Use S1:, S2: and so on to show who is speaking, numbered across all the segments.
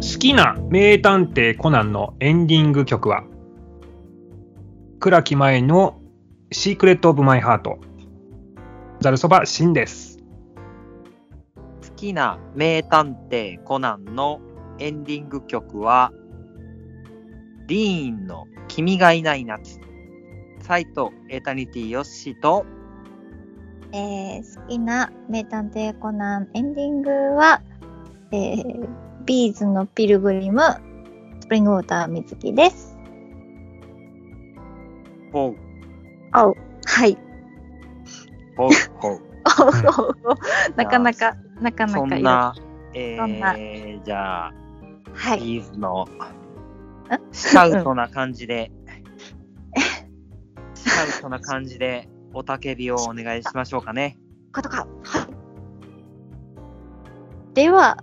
S1: 好きな名探偵コナンのエンディング曲は倉木舞のシークレットオブマイハートざるそばしんです
S2: 好きな名探偵コナンのエンディング曲は、ディーンの君がいない夏。サイトエタニティヨッシーと、
S3: えー好きな名探偵コナンエンディングは、えービーズのピルグリム、スプリングウォーター水木です。
S2: ほう、
S3: おう、はい。
S2: ほう、ほ う。
S3: おうおうおうなかなか、なかなか
S2: そん
S3: いい
S2: な、え
S3: そんな
S2: ー、じゃあ、
S3: はい。
S2: ビーズの、スカウトな感じ で、スカウトな感じで、おたけびをお願いしましょうかね。
S3: ことか。はい。では、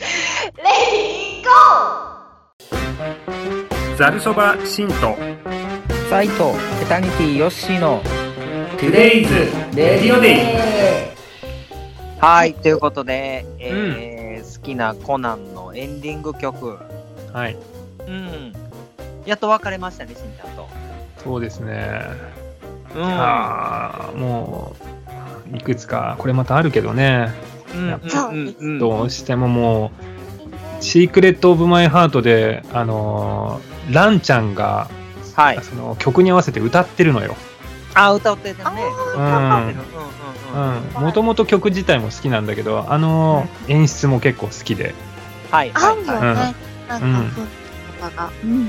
S3: レディーゴー
S1: ざるそばしんと
S2: サイトエタニティヨッシーの、
S1: トゥデイズレディオデイ
S2: はい、ということで、えー好きなコナンのエンディング曲、
S1: はい
S2: うん、やっと別れましたね、しんちゃんと。
S1: そうですね
S2: うん
S1: ああもういくつかこれまたあるけどね
S2: うん
S1: やっ
S3: ぱ
S2: うんうんうん
S1: どうしてももう「シークレット・オブ・マイ・ハートで」あのーランちゃんが
S2: はい。
S1: その曲に合わせて歌ってるのよ
S2: あ、歌ってたね。
S1: あー
S2: うんうんうんうん。
S1: もともと曲自体も好きなんだけどあのー演出も結構好きで
S2: はい。
S3: 合
S2: は
S3: う
S2: い
S3: よ
S2: は
S3: ね、
S2: い。
S3: なん
S1: うん
S3: か雰囲気とかが、うん、うんうん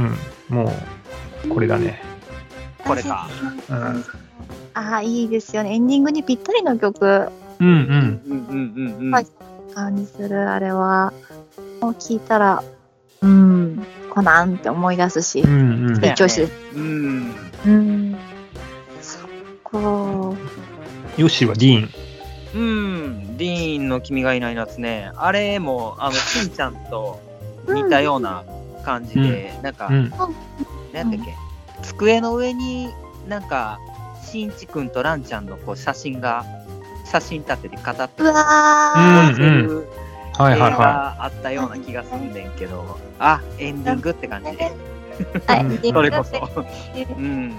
S1: う
S3: ん
S1: んもうこれだね
S2: これか。
S1: うん
S3: ああいいですよねエンディングにぴったりの曲
S1: うんうん。
S2: ううんうんうんうん。
S3: はい感じするあれはもう聞いたらうんコナンって思い出すし
S1: うんうん
S2: ね
S3: 一押しです
S2: うん。
S3: うんそっか
S1: ヨッシーはディーン
S2: うん。ディーンの君がいない夏ね。あれも、あの、しんちゃんと似たような感じで、なんか、
S1: うん
S2: なんだっけ、机の上になんかしんいちくんとランちゃんのこう写真が写真立てて飾って
S3: うわー
S1: ん
S2: そういう
S1: はい
S2: 映
S1: はいは
S2: 画あったような気がすんねんけど、あエンディングって感じで
S3: あ
S1: うん
S3: エンディング
S2: それこそ、うん、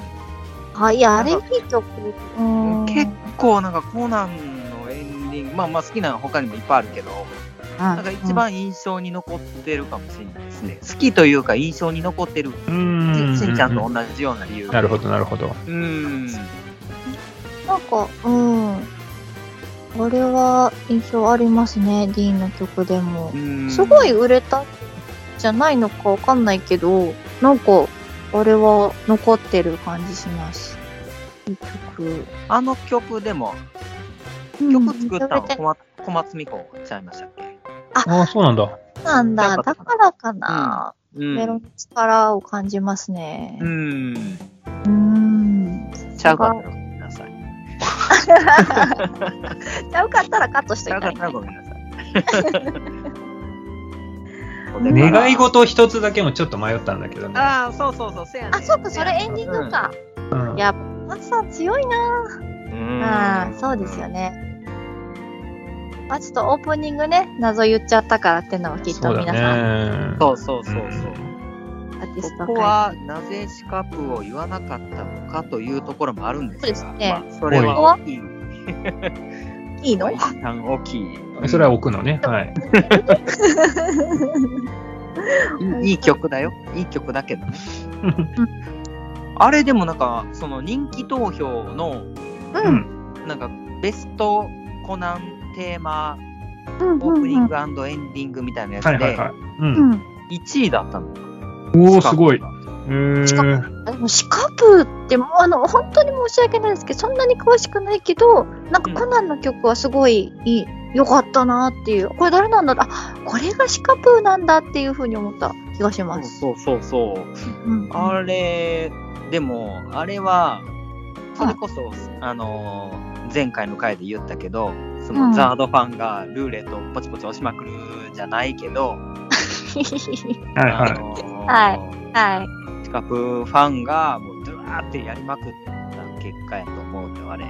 S3: はいやあれいい曲うん
S2: 結こうなんかコナンのエンディングまあまあ好きなの他にもいっぱいあるけど
S3: な
S2: なんか一番印象に残ってるかもしれないですね好きというか印象に残ってる
S1: いうんうんうん
S2: しんちゃんと同じような理由
S1: なるほどなるほど
S2: うん
S3: なんか、うん。これは印象ありますね、ディーンの曲でも
S2: う。ん
S3: すごい売れたんじゃないのかわかんないけど、なんか、あれは残ってる感じします。いい曲。
S2: あの曲でも曲作ったの小松小松美子ちゃいましたっけ
S1: ああそうなんだ
S3: なんだ、だからかな。
S2: う
S3: メロ
S2: ん
S3: の。力を感じますね
S2: う。ん。
S3: うん。
S2: ちゃうかったらごめんなさい。
S3: ちゃうかったらカットし
S2: ち
S3: と
S2: ゃうかっ
S3: いたい
S2: たらごめんなさい。
S3: うん
S1: 願い事一つだけもちょっと迷ったんだけどね
S2: ああ、そうそうそう、せやね
S3: あ、そうか、それエンディングか。
S1: うん
S3: やっぱさ、強いな。
S2: うん。
S3: ああ、そうですよね。まあ、ちょっとオープニングね、謎言っちゃったからってのはきっと
S1: そうだ
S3: 皆さん、
S1: ね
S2: そうそうそうそう。
S3: アーティスト
S2: ここ
S3: 会。
S2: はなぜシカプを言わなかったのかというところもあるんですが、
S3: そうですね
S2: まあ、それは大きい。
S3: いいの
S2: 一旦大きい。
S1: それは置くのねはい
S2: いいいい曲だよ。いい曲だけどね。あれでもなんか、その人気投票の
S1: うん
S2: なんかベストコナンテーマ
S3: うん
S2: オープニングエンディングみたいなやつ
S1: はいはい
S2: で
S1: はいう
S3: うんん。
S2: 1位だったの。
S1: おお
S2: シカ
S1: す
S2: ゴ
S1: ごいへ
S2: が
S1: え
S3: でもシカプーってもうあの本当に申し訳ないですけどそんなに詳しくないけどなんかコナンの曲はすごいいい良かったなっていうこれ誰なんだろうあこれがシカプーなんだっていうふうに思った気がします。
S2: そうそうそう。
S3: うん
S2: あれ、でも、あれは、それこそ、あのー、前回の回で言ったけど、そうの
S3: ん
S2: ザードファンがルーレットをポチポチ押しまくるじゃないけど、
S1: はい
S2: あ
S1: は
S2: のー
S3: ははい。
S2: シカプファンがもうドゥワーってやりまくった結果やと思うよ、あれ。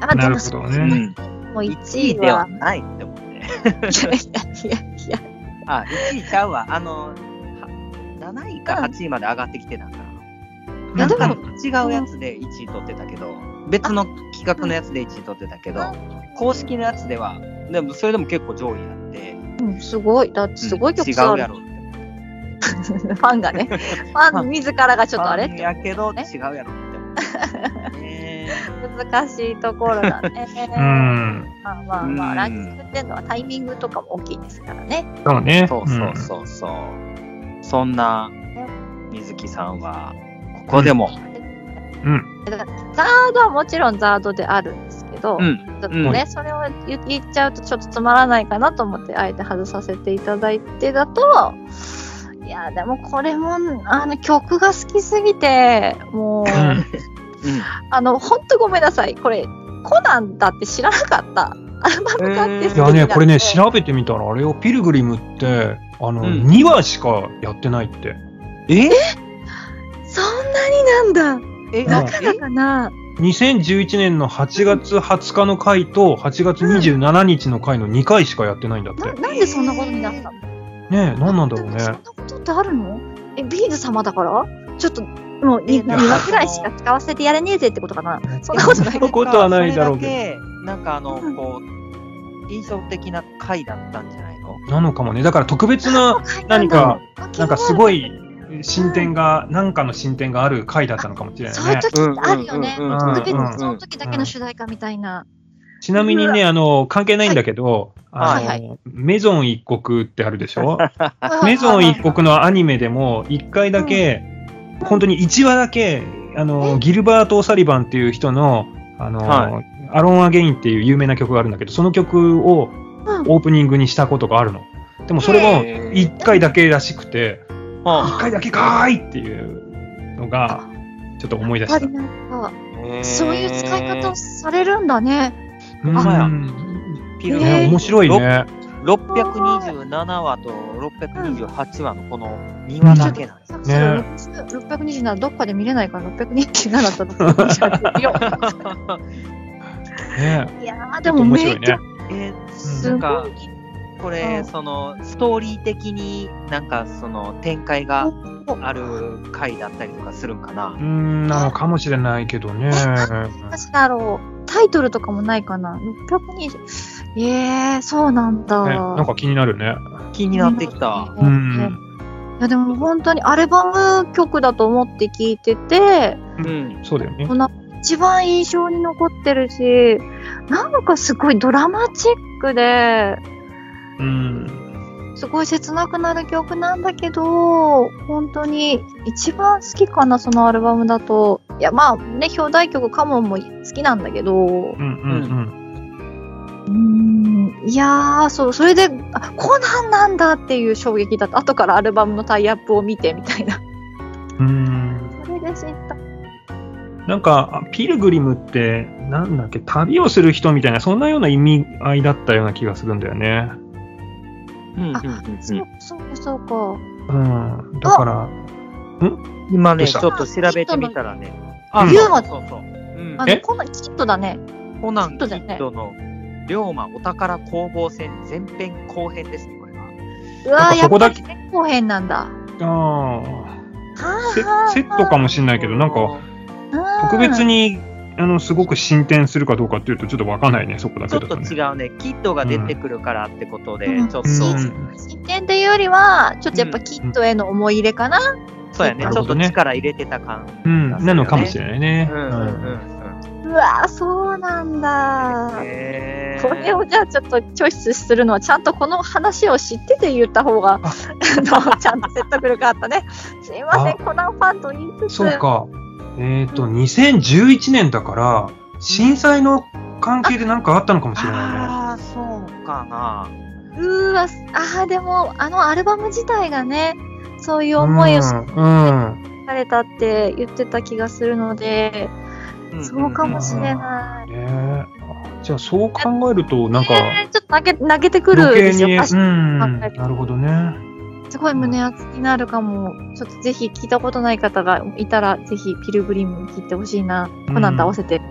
S3: あ、で
S1: なる
S3: も
S1: ほ
S3: そ
S1: ど
S2: う
S1: ね。
S2: ん、
S3: もう
S2: 1
S3: 1
S2: 位
S3: 位
S2: では
S3: は。
S2: ないって思って。
S3: いやいやいや。
S2: あ、1位ちゃうわ。あの、は7位か8位まで上がってきてたから。
S1: い
S2: な
S3: や
S2: ん
S3: で
S2: か
S3: も
S2: 違うやつで1位取ってたけど、別の企画のやつで1位取ってたけど
S3: あ、
S2: 公式のやつでは、でもそれでも結構上位あって、
S3: うん、すごい。だってすごい
S2: うん違
S3: 曲
S2: う
S3: 数あ
S2: や
S3: る。
S2: ろって。
S3: ファンがね。ファン自らがちょっとあれ
S2: ファン
S3: って
S2: やけど違
S3: ね
S2: うやろって思って。ね
S3: 難しいところだね。
S1: うん。
S3: まあまあま
S2: う
S3: あ、
S2: ん
S3: ランキングっていうのはタイミングとかも大きいですからね。
S1: そうね。
S2: そうそうそうそう。そんな水木さんは、ここでも、
S1: うん。うん。
S3: ザードはもちろんザードであるんですけど、
S2: うん、
S3: ちょっとね、それを言言っちゃうとちょっとつまらないかなと思って、あえて外させていただいてだと、いや、でもこれも、あの、曲が好きすぎて、もう、
S1: うん
S3: あの、ほんとごめんなさい。これ、コナンだって知らなかった。アルバム買って
S1: いやね、これね、
S3: ら
S1: 調べてみたら、あれよ、ピルグリムって、あの、
S2: うん
S1: 2話しかやってないって。
S2: え
S3: そんなになんだ。
S2: え
S3: だからかな。
S1: 2011年の8月20日の回と、8月27日の回の2回しかやってないんだって。
S3: な
S1: ね
S3: なんでそんなことになったの
S1: え、何なんだろう
S3: そんな
S1: ね。
S3: ことってあるのえ、ビーズ様だからちょっと、もう
S2: え
S3: 2話くらいしか使わせてやれねえぜってことかな。そんなことない
S1: そん。なことはないだろうけど
S2: けど。なんかあの、こう、印象的な回だったんじゃないの
S1: なのかもね。だから特別な、 何か、なんかすごい進展が、なんかの進展がある回だったのかもしれ
S3: そう
S1: ないいうね。
S3: 時ってあるよね。
S2: うんうんうん
S1: うんうん
S3: 特別その時だけの主題歌みたいな。
S1: ちなみにね、あの、関係ないんだけど、あ
S3: はい
S1: の、メゾン一国ってあるでしょメ
S3: メ
S1: ゾン一国のアニメでも、一回だけ、本当に1話だけ、あの、ギルバート・オサリバンっていう人の、あの、
S2: は
S1: アロン・アゲインっていう有名な曲があるんだけど、その曲を
S3: うん
S1: オープニングにしたことがあるの。でもそれも
S2: へー
S1: 1回だけらしくて、1
S2: あ
S1: 回だけかーいっていうのが、ちょっと思い出
S3: や
S1: し
S3: ったぱり。なんか、そういう使い方をされるんだね。
S1: うん
S2: ほんまやピルグリム
S1: ね、面白いね。
S2: 627話と628話のこの2話だけなんです
S3: さ
S2: よ
S3: っきの627どっかで見れないから627だったと思 うよ
S1: ね
S3: いやーでも
S1: 面白
S3: 名
S1: いね
S3: 曲。
S2: え
S3: す
S2: な
S3: ご
S2: んか
S3: い
S2: こ
S3: う
S2: れ
S3: ん
S2: そのストーリー的になんかその展開がある回だったりとかするんかな
S1: うーん、なのかもしれないけどね。
S3: 私だろう。タイトルとかもないかな。620。えー、そうなんだ。
S1: ねなんか気になるね。
S2: 気になってきた。
S1: う
S3: ね
S1: ん。
S3: いやでも本当にアルバム曲だと思って聞いてて、
S2: うん
S1: そうだよね。
S3: 一番印象に残ってるし、なんかすごいドラマチックで、
S1: うん。
S3: すごい切なくなる曲なんだけど、本当に一番好きかな、そのアルバムだと。いや、まあね、表題曲カモンも好きなんだけど
S1: う、んうん
S3: うーんいやー、そう、それで、あコナンなんだっていう衝撃だった。後からアルバムのタイアップを見てみたいな。
S1: うん。うん。
S3: それで知った。
S1: なんか、あピルグリムって、なんだっけ、旅をする人みたいな、そんなような意味合いだったような気がするんだよね。
S2: うん
S3: あ
S2: う
S3: そ
S2: んう
S3: うんそうか、そうか。
S1: うん。だから、
S2: 今
S1: ど
S2: ね
S1: うし
S2: ち
S1: た
S2: ょっと調べてみたらね
S1: うん
S3: ユーマ
S2: そうそううん
S3: あ
S1: え
S3: の、こんなキットだね。
S2: コナン
S3: ヒ
S2: キ
S3: ットだよね
S2: ッドの龍馬お宝攻防戦前編後編ですねこれは
S3: うわー、
S1: なんか
S3: や
S1: そ
S3: っ
S1: こ
S3: ぱ
S1: だ
S3: り前後編なんだ。
S1: ああ、セ
S3: はあ
S1: セットかもしれないけど、なんか、特別
S3: に。
S1: に、あの、すごく進展するかどうかっていうと、ちょっとわかんないね、そこだ
S2: ち
S1: け
S2: ょ
S1: だ
S2: っ
S1: と
S2: と
S1: ね。
S2: 違うねキッドが出てくるからってことで、
S3: うん
S2: ちょっと、
S1: うん
S3: 進展というよりは、ちょっとやっぱキットへの思い入れかな。
S2: そうやね
S1: なる
S2: ちょ
S1: ほ
S2: っ
S1: ど
S2: と
S1: ね
S2: 力入れてた感
S1: うん、
S2: がする
S1: な
S2: よね
S1: のかもしれないね。
S2: うんうんうん
S3: うわー、そうなんだ。
S2: へー
S3: これをじゃあちょっとチョイスするのはちゃんとこの話を知ってて言った方があのちゃんと説得力があったね。すいません
S1: あ
S3: コナンファンと言いつつ
S1: そうか。えっ、と、2011年だから、震災の関係で何かあったのかもしれないね。
S2: ああそうかな
S3: うーわあーでもあのアルバム自体がねそういう思いをさ
S1: うん。うん
S3: れたって言ってた気がするので、そうかもしれない。
S1: ねえじゃあ、そう考えると、なんか、
S3: えーちょっと投げ投げてくる
S1: 余計
S3: ですよ、
S1: に、う
S3: 確か
S1: ん、
S3: 考え
S1: な
S3: る
S1: るほどね。
S3: にすごい胸熱になるかも、ちょっとぜひ聞いたことない方がいたら、ぜひピルグリムに聞いてほしいな、コナンと合わせて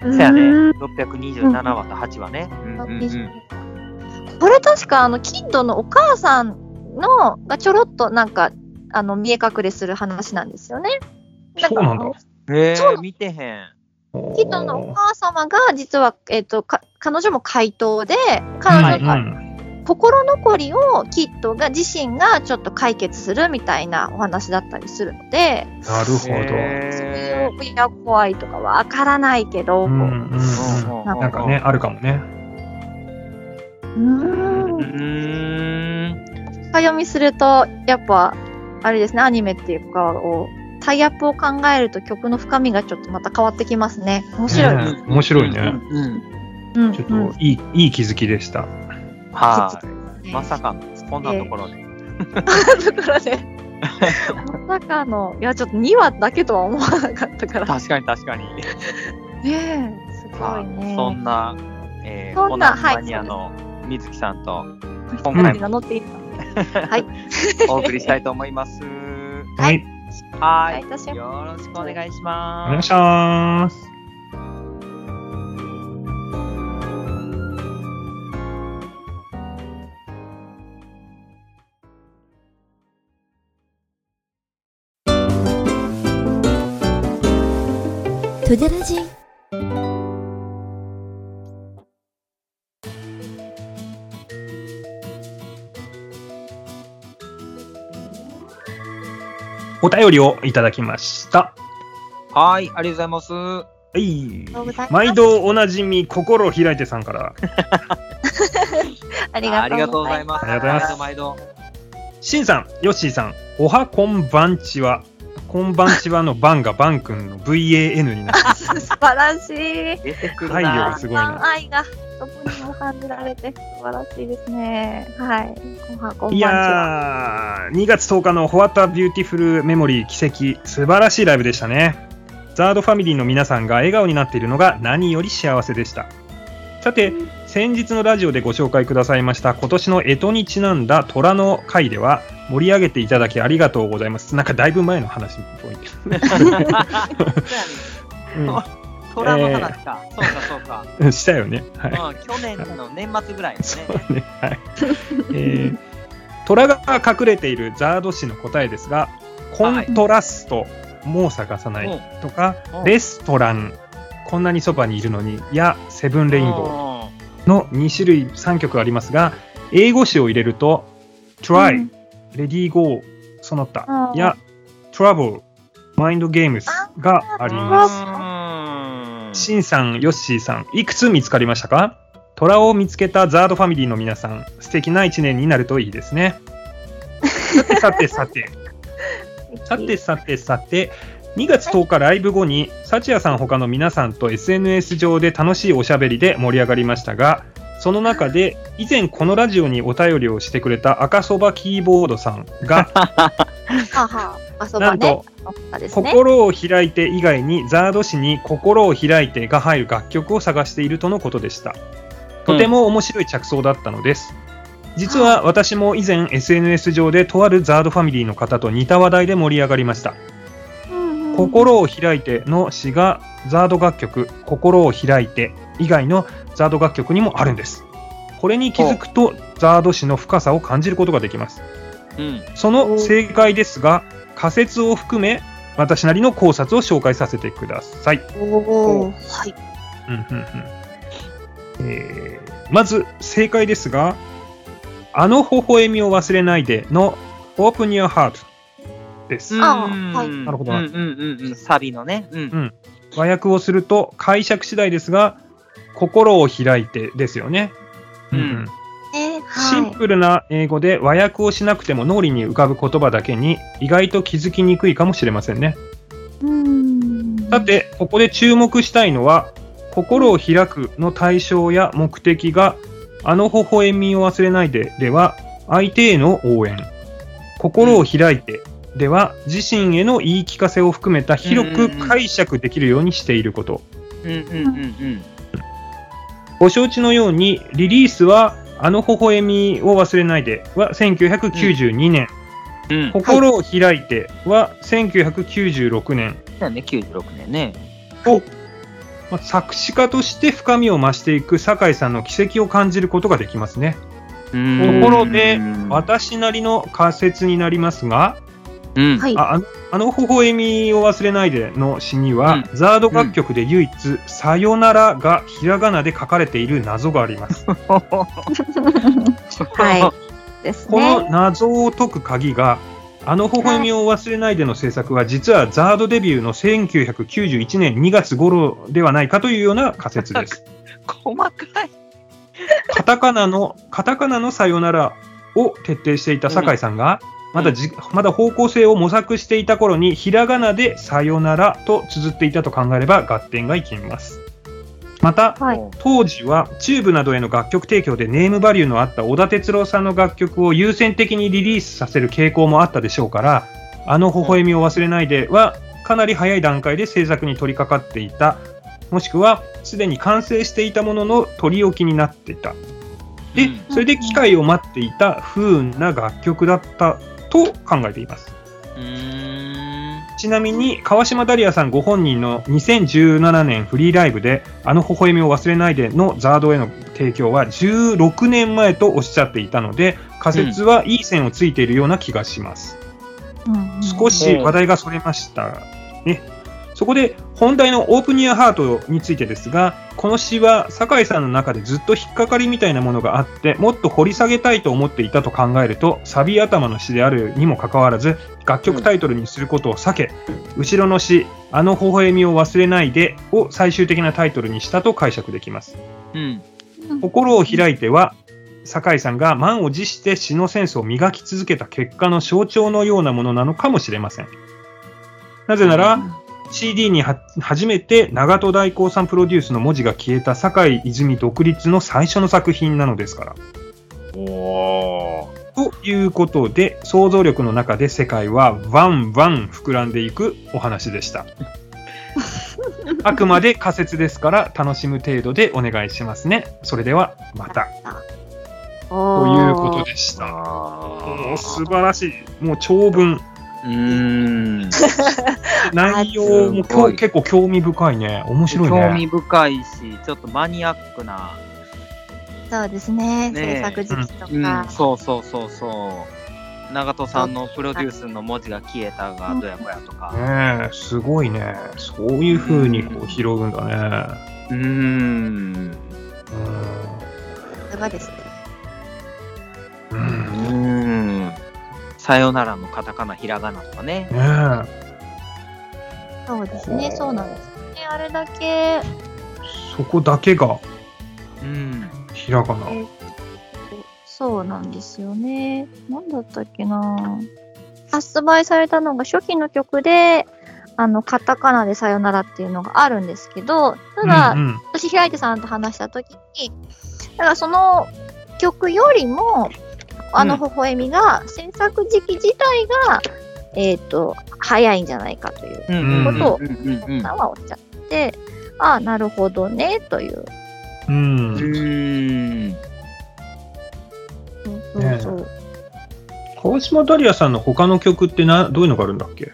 S3: そ
S2: そやね。627話と8話ね。うんうんうん。
S3: これ確かあのキッドのお母さんのがちょろっとなんかあの見え隠れする話なんですよね。
S1: そうなんだ
S3: か
S2: え
S3: そう
S2: ー、見てへん。
S3: キッドのお母様が実は、えっとか彼女も怪盗で彼
S1: は
S3: 女
S1: い、
S3: が心残りをキッドが自身がちょっと解決するみたいなお話だったりするので、
S1: なるほど。
S2: へ
S3: いや怖いとかはわからないけど、う
S1: うんうん
S3: ん
S1: うん
S2: ー
S1: なんかね、。あるかもね。
S2: うーん。
S3: 深読みするとやっぱあれですねアニメっていうかをタイアップを考えると曲の深みがちょっとまた変わってきますね面白い、
S1: ね面白いね
S2: うんうん
S3: うん
S1: ちょっ
S3: うん
S1: といい、いい気づきでした。
S2: は
S3: ちょっ
S2: い。まさかの、こんなところで。
S3: ところで まさかのいやちょっと2話だけとは思わなかったから
S2: 確かに確かに。
S3: ねえすご
S2: はい
S3: ね
S2: いそんな、えー、
S3: そ
S2: コ
S3: んな
S2: ナンマニアの水木さんと今
S1: うん
S3: 名
S2: 回も
S3: 乗っていいの
S2: お送りしたいと思い ます。
S3: は
S1: はいい。
S2: は
S3: はい
S2: い。
S3: 私は
S2: よろしくお願いし
S1: お
S2: ます。
S1: 願いします。
S4: トデラジン
S1: お便りをいただきました。
S2: はい、ありがとうございます。
S1: はい
S3: がとうございます。
S1: 毎度おなじみ、心開いてさんから。
S3: あり
S2: ありが
S3: がと
S2: と
S3: う
S2: うご
S3: ござ
S2: ざ
S3: い
S2: い
S3: ま
S2: ますす。
S1: ありがとうございます
S2: 毎度毎度。
S1: しんさん、よっしーさん、おはこんばんちは。こんばんちはの番がバン君の VAN になってます。
S3: 素晴らしい
S2: 出てくる
S1: 太
S2: な。
S1: 陽すごい
S3: ファン
S1: な。
S3: 愛がどこにも感じられて素晴らしいですねはい後半こんばん
S1: い
S3: ちは
S1: やー、2月10日のホワタビューティフルメモリー奇跡、素晴らしいライブでしたね。ザードファミリーの皆さんが笑顔になっているのが何より幸せでした。さて、先日のラジオでご紹介くださいました今年の干支にちなんだ虎の会では盛り上げていただきありがとうございます。なんかだいぶ前の話っぽいですね。
S2: 虎の話か。そうかそうか。
S1: うん、したよね。はい。
S2: うん、去年の年末ぐらいです
S1: そ
S2: ね。
S1: うね。はい。えー、虎が隠れているザード氏の答えですが、コントラスト、もう探さないとか、
S2: うん
S1: レストラン、こんなにそばにいるのに、や、セブンレインボ
S2: ー。
S1: ーの2種類、3曲ありますが、英語詞を入れると、try、
S3: うん
S1: レディーゴー、その他
S3: う、ん
S1: や、trouble、マインドゲームスがあり
S2: う
S1: ます。
S2: ーん
S1: しんさん、ヨッシーさん、いくつ見つかりましたか虎を見つけたザードファミリーの皆さん、素敵な一年になるといいですね。さてさて、さてさてさて、2月10日ライブ後に、幸也さん他の皆さんと SNS 上で楽しいおしゃべりで盛り上がりましたが、その中で、以前このラジオにお便りをしてくれた赤そばキーボードさんが、
S3: ははあそ
S1: な
S3: ば
S1: ん
S3: ね
S1: と、
S3: あそばですね
S1: 心を開いて以外にザード氏に心を開いてが入る楽曲を探しているとのことでしたとても面白い着想だったのです、実は私も以前 SNS 上でとあるザードファミリーの方と似た話題で盛り上がりました
S3: うんうん
S1: 心を開いての詩がザード楽曲「心を開いて」以外のザード楽曲にもあるんですこれに気づくとザード詩の深さを感じることができます
S2: うん。
S1: その正解ですが、仮説を含め、私なりの考察を紹介させてください。
S3: おーはい
S1: うんうんうんえーまず、正解ですが、あの微笑みを忘れないでの Open Your Heart です。
S3: あーはい
S1: なるほど
S2: うんうんうんうん。サビのね。うん。
S1: 和訳をすると解釈次第ですが、心を開いてですよね。
S2: うん
S3: ね
S1: シ
S3: は
S1: ン
S3: い
S1: プルな英語で和訳をしなくても脳裏に浮かぶ言葉だけに意外と気づきにくいかもしれませんね。
S3: うん
S1: さて、ここで注目したいのは、心を開くの対象や目的が、あの微笑みを忘れないででは、相手への応援。心を開いてでは、自身への言い聞かせを含めた広く解釈できるようにしていること。
S2: うんうんうん
S1: ご承知のように、リリースは、あの微笑みを忘れないでは1992年、
S2: うん。うん。こ
S1: 心を開いては1996年、
S2: だね、96年ね。
S1: まあ作詞家として深みを増していく酒井さんの軌跡を感じることができますね。
S2: うん
S1: ところで
S2: うん
S1: 私なりの仮説になりますが、
S2: うん
S3: はい。
S1: ああのあの微笑みを忘れないでの詩には、ザード楽曲で唯一、さよならがひらがなで書かれている謎があります。
S3: はい。です
S1: この
S3: ね。
S1: 謎を解く鍵が、あの微笑みを忘れないでの制作は、実はザードデビューの1991年2月頃ではないかというような仮説 です。
S2: 細かい。
S1: カタカナの、カタカナのさよならを徹底していた酒井さんが、まだじ、まだ方向性を模索していた頃に、ひらがなでさよならと綴っていたと考えれば合点がいきます。また、
S3: はい。
S1: 当時はチューブなどへの楽曲提供でネームバリューのあった小田哲郎さんの楽曲を優先的にリリースさせる傾向もあったでしょうから、あの微笑みを忘れないでは、かなり早い段階で制作に取り掛かっていた、もしくはすでに完成していたものの取り置きになっていた。で
S2: うん、
S1: それで機会を待っていた不運な楽曲だったと考えています。
S2: うーん
S1: ちなみに川島ダリアさんご本人の2017年フリーライブで「あの微笑みを忘れないで」のザードへの提供は16年前とおっしゃっていたので仮説はいい線をついているような気がします、
S3: うん
S1: 少し話題がそれましたねそこで本題の「オープニアハート」についてですがこの詩は酒井さんの中でずっと引っかかりみたいなものがあってもっと掘り下げたいと思っていたと考えるとサビ頭の詩であるにもかかわらず楽曲タイトルにすることを避け、後ろの詩「あの微笑みを忘れないで」を最終的なタイトルにしたと解釈できます。
S2: うん。
S1: 心を開いては酒井さんが満を持して詩のセンスを磨き続けた結果の象徴のようなものなのかもしれません。なぜなら、CD には初めて長戸大光さんプロデュースの文字が消えた酒井泉独立の最初の作品なのですから。
S2: お
S1: ということで、想像力の中で世界はワンワン膨らんでいくお話でした。あくまで仮説ですから楽しむ程度でお願いしますね。それではまた。ということでした。もう素晴らしい。もう長文。
S2: うーん。
S1: 内容も
S2: すご
S1: 今
S2: い
S1: 日結構興味深いね。面白い
S2: 興
S1: ね。
S2: 味深いし、ちょっとマニアックな。
S3: そうですね。
S2: ねえ
S3: 制作時期と
S2: うん、
S3: か。
S2: そうそうそうそう。長門さんのプロデュースの文字が消えたがどやこやとか。
S1: ねえ、すごいね。そういう風にこう拾うんだね。
S2: うーん。
S1: う
S3: さすがですね。
S1: ん。う
S2: うんーん。さよならのカタカナ、ひらがなとかね。
S1: ねえ、
S3: そうですね。そうなんですね。あれだけ。
S1: そこだけが
S2: うん。
S1: ひらがな。
S3: そうなんですよね。なんだったっけな発売されたのが初期の曲で、あの、カタカナでさよならっていうのがあるんですけど、ただ、
S1: うんうん
S3: 私、平手さんと話したときに、だからその曲よりも、あ
S1: う
S3: の、
S1: ん
S3: 微笑みが、制作時期自体が、えっ、と、早いんじゃないかという、
S2: うん
S3: ことを
S2: うんうんうん。
S3: さんはおっしゃって、ああ、なるほどね、という。
S1: うん
S2: うーん。
S3: そうそうそう。
S1: 川島ダリアさんの他の曲ってなどういうのがあるんだっけ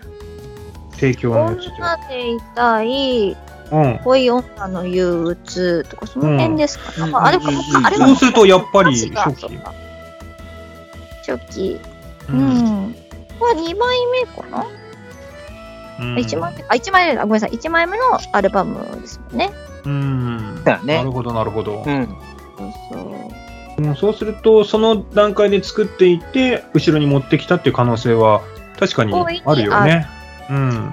S1: 提供のやつ
S3: 女でいたい、
S1: で。
S3: 恋女の憂鬱とか、その辺ですか、
S2: うん
S3: まあ、あれ
S2: う
S3: か、
S2: ん
S3: まああれ
S1: うん。そう
S3: は
S1: するとやっぱり
S3: 歌詞が
S1: 初
S3: と
S1: 期。
S3: か初期。
S1: う
S3: うん。は2枚目かな、
S1: うん
S3: 一枚目、あ、一枚目だ、ごめんなさい、1枚目のアルバムですもんね。
S1: うん。
S2: だよね
S1: なるほどなるほど
S2: う。ん。
S3: そうそう。
S1: うんそうするとその段階で作っていて後ろに持ってきたっていう可能性は確かにあるよね。うん。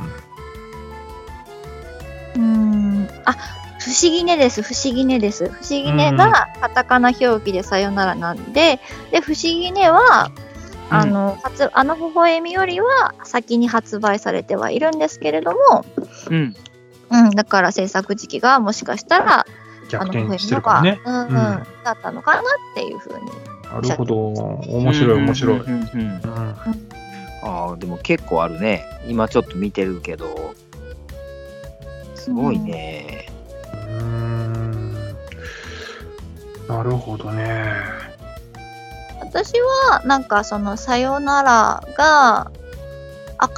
S3: うーん。あ、不思議ねです、不思議ねです。不思議ねがカタカナ表記でさよならなんで、で、不思議ねは、あの、発あの微笑みよりは先に発売されてはいるんですけれども、
S2: うん。
S3: うん、だから制作時期がもしかしたら、あ
S1: 逆
S3: の、
S1: 転してるかもね。
S3: うん、うん、
S1: うん
S3: だったのかなっていうふうに。
S1: なるほど。面白い面白い。
S2: うんうんうんうん
S1: うん
S2: ああ、でも結構あるね。今ちょっと見てるけど。
S3: す
S2: すごい。ね。
S1: うーんなるほどね。
S3: 私は、なんかその、さよならが、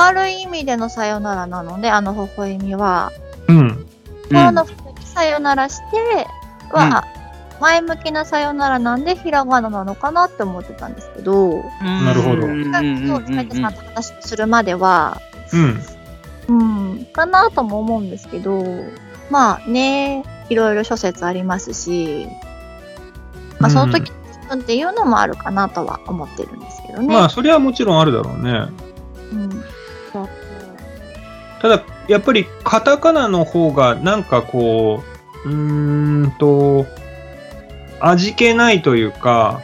S3: 明るい意味でのさよならなので、あの微笑みは、
S1: うん。
S3: 心の深いさよならしては、前向きなさよならなんでひらがななのかなって思ってたんですけど、
S1: な
S2: な
S1: るほど
S2: うんうん
S3: 今
S2: うんう
S3: 日、塚地さん
S2: ん
S3: と話するまでは、
S1: うん。
S3: うん、かなとも思うんですけど、まあね、いろいろ諸説ありますし、まあ、その時の自分っていうのもあるかなとは思ってるんですけどね。
S1: まあ、それはもちろんあるだろうね。
S3: うん、
S1: ただ、やっぱりカタカナの方が、なんかこう、うーんと、味気ないというか、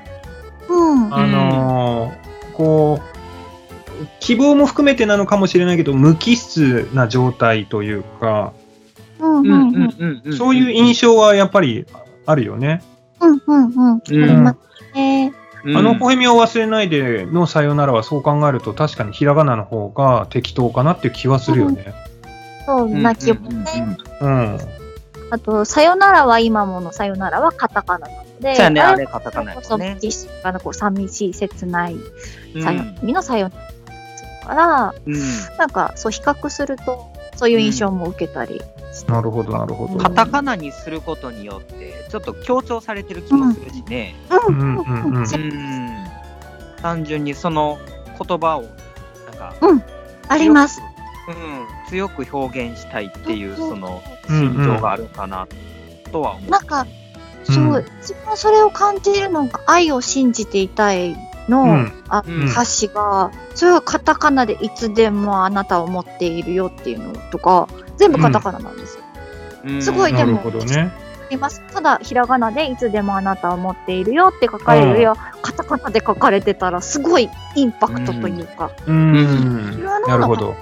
S3: うん、
S1: あのーこう、希望も含めてなのかもしれないけど、無機質な状態というか、
S3: うん、
S2: う
S3: う
S2: うん
S3: ん、うんん、
S2: うんうん
S1: そういう印象はやっぱりあるよね。
S3: うん、うん、うん、ありますね。
S1: あの
S2: うん
S1: ポヘミを忘れないでのさよならはそう考えると確かにひらがなの方が適当かなっていう気はするよね。
S3: そ
S2: う
S3: う
S2: ん
S3: な気も
S2: うんうんうん
S3: ね。
S1: うん。
S3: あと、さよならは今ものさよならはカタカナなので、
S2: そうやね、あれ
S3: も
S2: カタカナや
S3: こ
S2: も
S3: そ
S2: んね。
S3: 実質がこう寂しい、切ない、
S2: うん
S3: さよ、みのさよならだから、
S2: うん
S3: なんかそう比較すると、そういう印象も受けたりして。
S1: なるほど、なるほど。
S2: カタカナにすることによって、ちょっと強調されてる気もするしね。
S1: うんうんうん
S2: う。ん単純にその言葉を、なんか、
S3: あります。
S2: 強く。うん、強く表現したいっていう、
S3: そうそう
S2: その、
S1: うんうん
S2: 心情があるかな、とは思う。
S3: なんか、そうう、
S1: ん
S3: 自分はそれを感じるのが愛を信じていたいの、
S1: うん
S3: あ
S2: うん
S3: 歌詞が、それはカタカナでいつでもあなたを持っているよっていうのとか、全部カタカナなんですよ。
S2: うん
S3: すごい
S1: な
S3: でも
S1: るほどね。
S3: あります。ただ、ひらがなでいつでもあなたを持っているよって書かれるよ、カタカナで書かれてたら、すごいインパクトというか、
S1: うん。なるほど。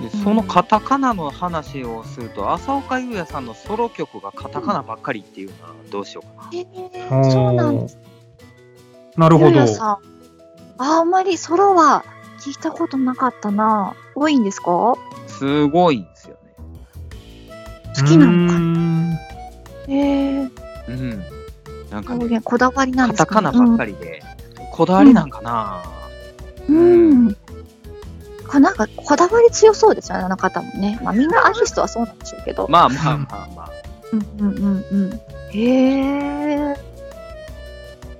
S2: でそのカタカナの話をすると、浅岡優也さんのソロ曲がカタカナばっかりっていうのはどうしようかな。
S3: へーそうなんです。
S1: なるほ
S3: ゆ
S1: ど
S3: うや。さんあんまりソロは聞いたことなかったな。多いんですか
S2: すごいんですよね。
S3: 好きなのか
S1: の
S3: へえ、
S2: うん。なんか
S3: 表
S2: ね、
S3: 現こだわりなん
S2: カ
S3: です
S2: タ
S3: か
S2: カ
S3: ね
S2: ナばっかりで、こだわりなんかな、
S3: うん。こなんか、こだわり強そうですよね、あの方もね。まあ、みんなアーティストはそうなんでしょうけど。
S2: まあまあまあまあ。
S3: うんうんうんうん。へえ。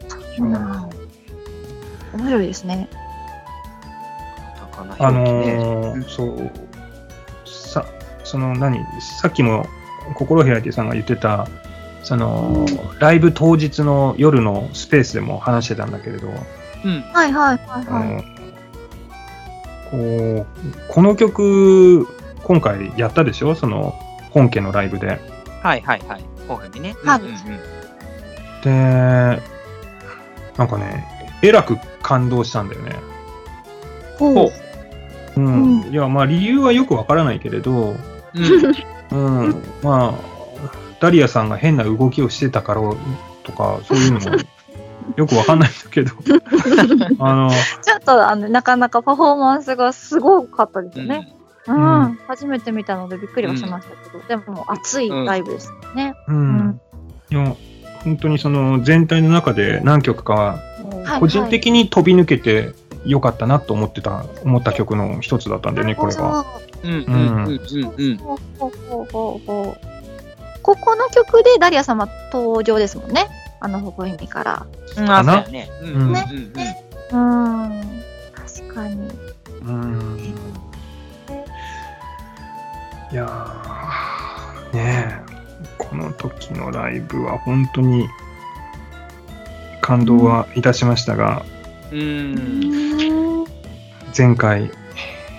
S3: そうなんだ面白いですね。
S2: カタ
S1: あ
S2: カナ表記ね。
S1: のーそう。さ、その何、さっきも心開いてさんが言ってた、その、ライブ当日の夜のスペースでも話してたんだけれど、
S2: うん。
S3: はいはいはい
S1: あ
S3: はい。
S1: のこうこの曲今回やったでしょその本家のライブで
S2: はいはいはい。こういうふうにね。
S3: はい
S2: うんうんうん
S1: でなんかねえらく感動したんだよね
S3: ほ
S1: う
S3: う。
S1: ん、
S3: う
S1: いやまあ理由はよくわからないけれど
S2: うん
S1: うんまあダリアさんが変な動きをしてたからとかそういうのもよくわかんないんだけどあの
S3: ちょっと、あの、なかなかパフォーマンスがすごかったですよね。うんん。
S1: うん
S3: 初めて見たのでびっくりはしましたけど、でも、熱いライブですね。
S1: うん、いや本当にその全体の中で何曲か
S3: はい
S1: 個人的に飛び抜けて良かったなと思ってた、思った曲の一つだったんだよね、これが。
S3: が。
S2: うんうんうんうんうん。
S3: ほうほうほうほうほうここの曲でダリア様登場ですもんね。あの微笑みから。
S2: うん
S1: か
S2: あ、そう
S1: な
S2: やね。うん
S1: うん
S2: うん
S3: うーん。確かに。
S1: うん。いやー、ねえ、この時のライブは本当に感動はいたしましたが、
S2: うんうん。
S1: 前回、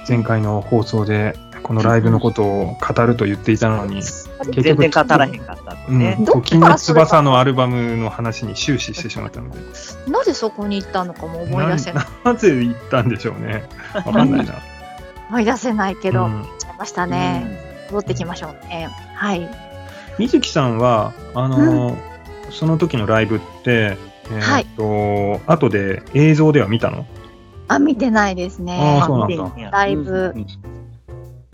S1: 前回の放送でこのライブのことを語ると言っていたのに、
S2: うん。全然語らへんかったってね。
S1: うん、
S3: どっ
S1: 時
S3: から
S1: の
S3: それが
S1: 翼のアルバムの話に終始してしまったので。
S3: なぜそこに行ったのかも思い出せない。
S1: なぜ行ったんでしょうね。わかんないな。
S3: 思い出せない けど、
S1: う
S3: 行っ
S1: ん
S3: ちゃいましたね。戻ってきましょうね。はい。
S1: 水木さんはあのーその時のライブって、えーっと後で映像では見たの、
S3: あ、見てないですね。
S1: あーそうなんだ
S2: だ
S3: だいぶ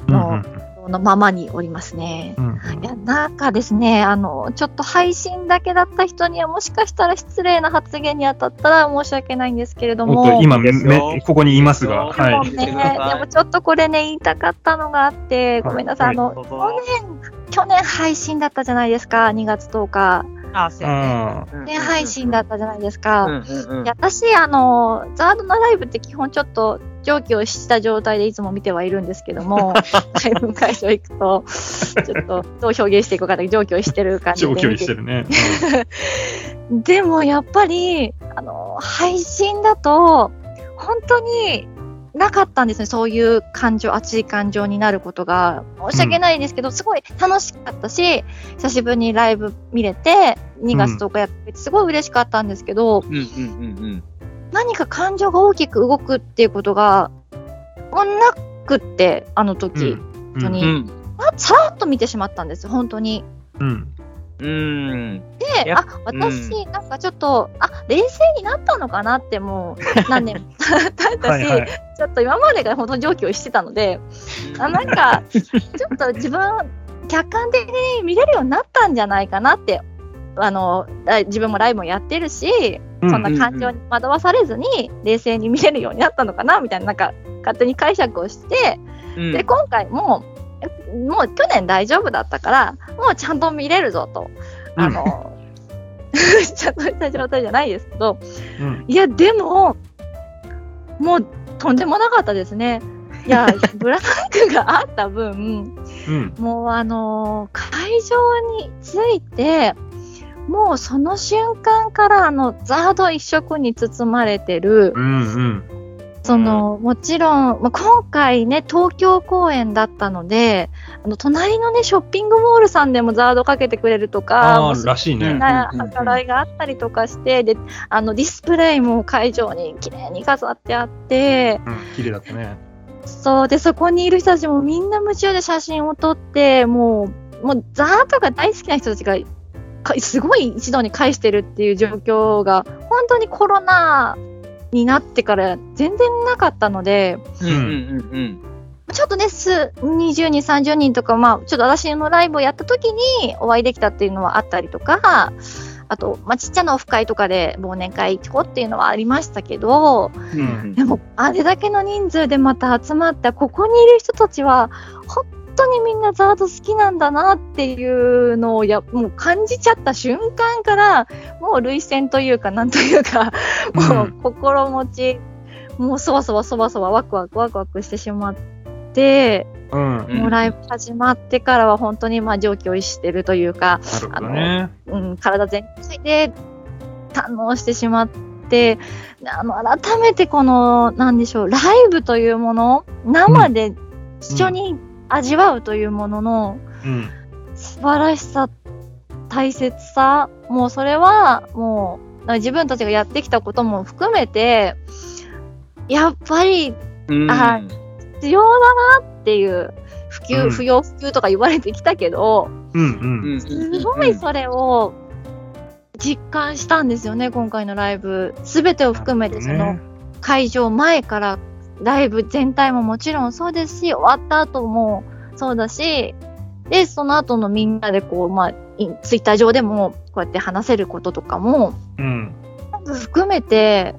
S1: うん
S3: もう
S1: うん
S3: 想のままにおりますね。
S1: うんうん
S3: いやなんかですねあの、ちょっと配信だけだった人には、もしかしたら失礼な発言に当たったら申し訳ないんですけれど
S1: お
S3: も、
S1: っと、今
S2: いいですよ
S1: めここにいますが、
S2: いいですよ
S1: は
S3: で
S1: い。
S3: も
S2: 言って
S3: ね、
S2: ください
S3: でもちょっとこれね、言いたかったのがあって、ごめんなさい、
S1: はい
S3: あの
S2: どうぞ
S3: 去年配信だったじゃないですか、2月10日、
S2: あ、そうや
S1: あ
S2: ね。
S3: ね、配信だったじゃないですか。
S2: うんうんうん
S3: いや私あの、ザードのライブって基本ちょっと上記をした状態でいつも見てはいるんですけども、ライブ会場行くと、ちょっとどう表現していくかだけ上記をしてる感
S1: あ、
S3: じで
S1: 長
S3: 見
S1: 距離しててるね。
S3: でもやっぱりあの、配信だと、本当になかったんですね、そういう感情、熱い感情になることが。申し訳ないですけど、すごい楽しかったし、久しぶりにライブ見れて、2月10日やって、すごい嬉しかったんですけど、
S2: うんうんうんうん。
S3: 何か感情が大きく動くっていうことがなくってあの
S1: うん
S3: 時、
S1: うん
S3: 本当に
S2: うん。
S3: あさらっと見てしまったんです本当に。
S1: うん
S2: うん。い
S3: で
S2: や
S3: あ私、なんかちょっとあ冷静になったのかなってもう何年も経ったし、
S1: はいはい。
S3: ちょっと今までが本当に上記をしてたのであなんかちょっと自分客観的に見れるようになったんじゃないかなってあのライ自分もライブもやってるしそんな感情に惑わされずに、冷静に見れるようになったのかなみたいな、なんか勝手に解釈をして、
S2: うん
S3: で、今回も、えもう去年大丈夫だったから、もうちゃんと見れるぞと、あの、 ちゃんとした状態じゃないですけど、
S1: うんうん
S3: いや、でも、もうとんでもなかったですね。いや、ブランクがあった分、
S1: うん
S3: もうあのー会場に着いて、もうその瞬間からあのザード一色に包まれてる、
S1: うんうん
S3: そのもちろん、まあ、今回ね東京公演だったのであの隣のねショッピングモールさんでもザードかけてくれるとかも
S1: あ
S3: う
S1: ー
S3: す
S1: らしいね。
S3: な
S2: うんうんうん
S3: 計らいがあったりとかしてであのディスプレイも会場に綺麗に飾ってあって
S1: うん綺麗だったね。
S3: そうでそこにいる人たちもみんな夢中で写真を撮ってもうもうザーとか大好きな人たちがかすごい一度に返してるっていう状況が本当にコロナになってから全然なかったので
S2: うんうんうん
S3: ちょっとねす20人30人とかまあちょっと私のライブをやった時にお会いできたっていうのはあったりとかあと、まあ、ちっちゃなオフ会とかで忘年会行こうっていうのはありましたけど
S2: うん
S1: ん
S3: でもあれだけの人数でまた集まったここにいる人たちは本当にみんなザード好きなんだなっていうのをやもう感じちゃった瞬間からもう涙腺というかなんというかもう心持ち、もうそわそわそわそわワクワクワクワクしてしまって、
S1: うん。うん
S2: うん
S3: もうライブ始まってからは本当にまあ上気を逸してるというか、
S1: なるほどね。
S3: うん、体全体で堪能してしまってあの改めてこのなんでしょうライブというもの生で一緒に味わうというものの
S1: うん。
S3: 素晴らしさ大切さもうそれはもう自分たちがやってきたことも含めてやっぱり
S2: うん。
S3: あ必要だなっていう普
S1: う
S3: 及
S1: ん
S3: 不要不急とか言われてきたけど、
S1: うんうん。
S3: す
S2: す
S3: ごいそれを実感したんですよね、今回のライブ。すべてを含めて、その会場前からライブ全体ももちろんそうですし、終わった後もそうだし、で、その後のみんなでこう、まあ、インツイッター上でもこうやって話せることとかも、
S1: うん。
S3: 全部含めて、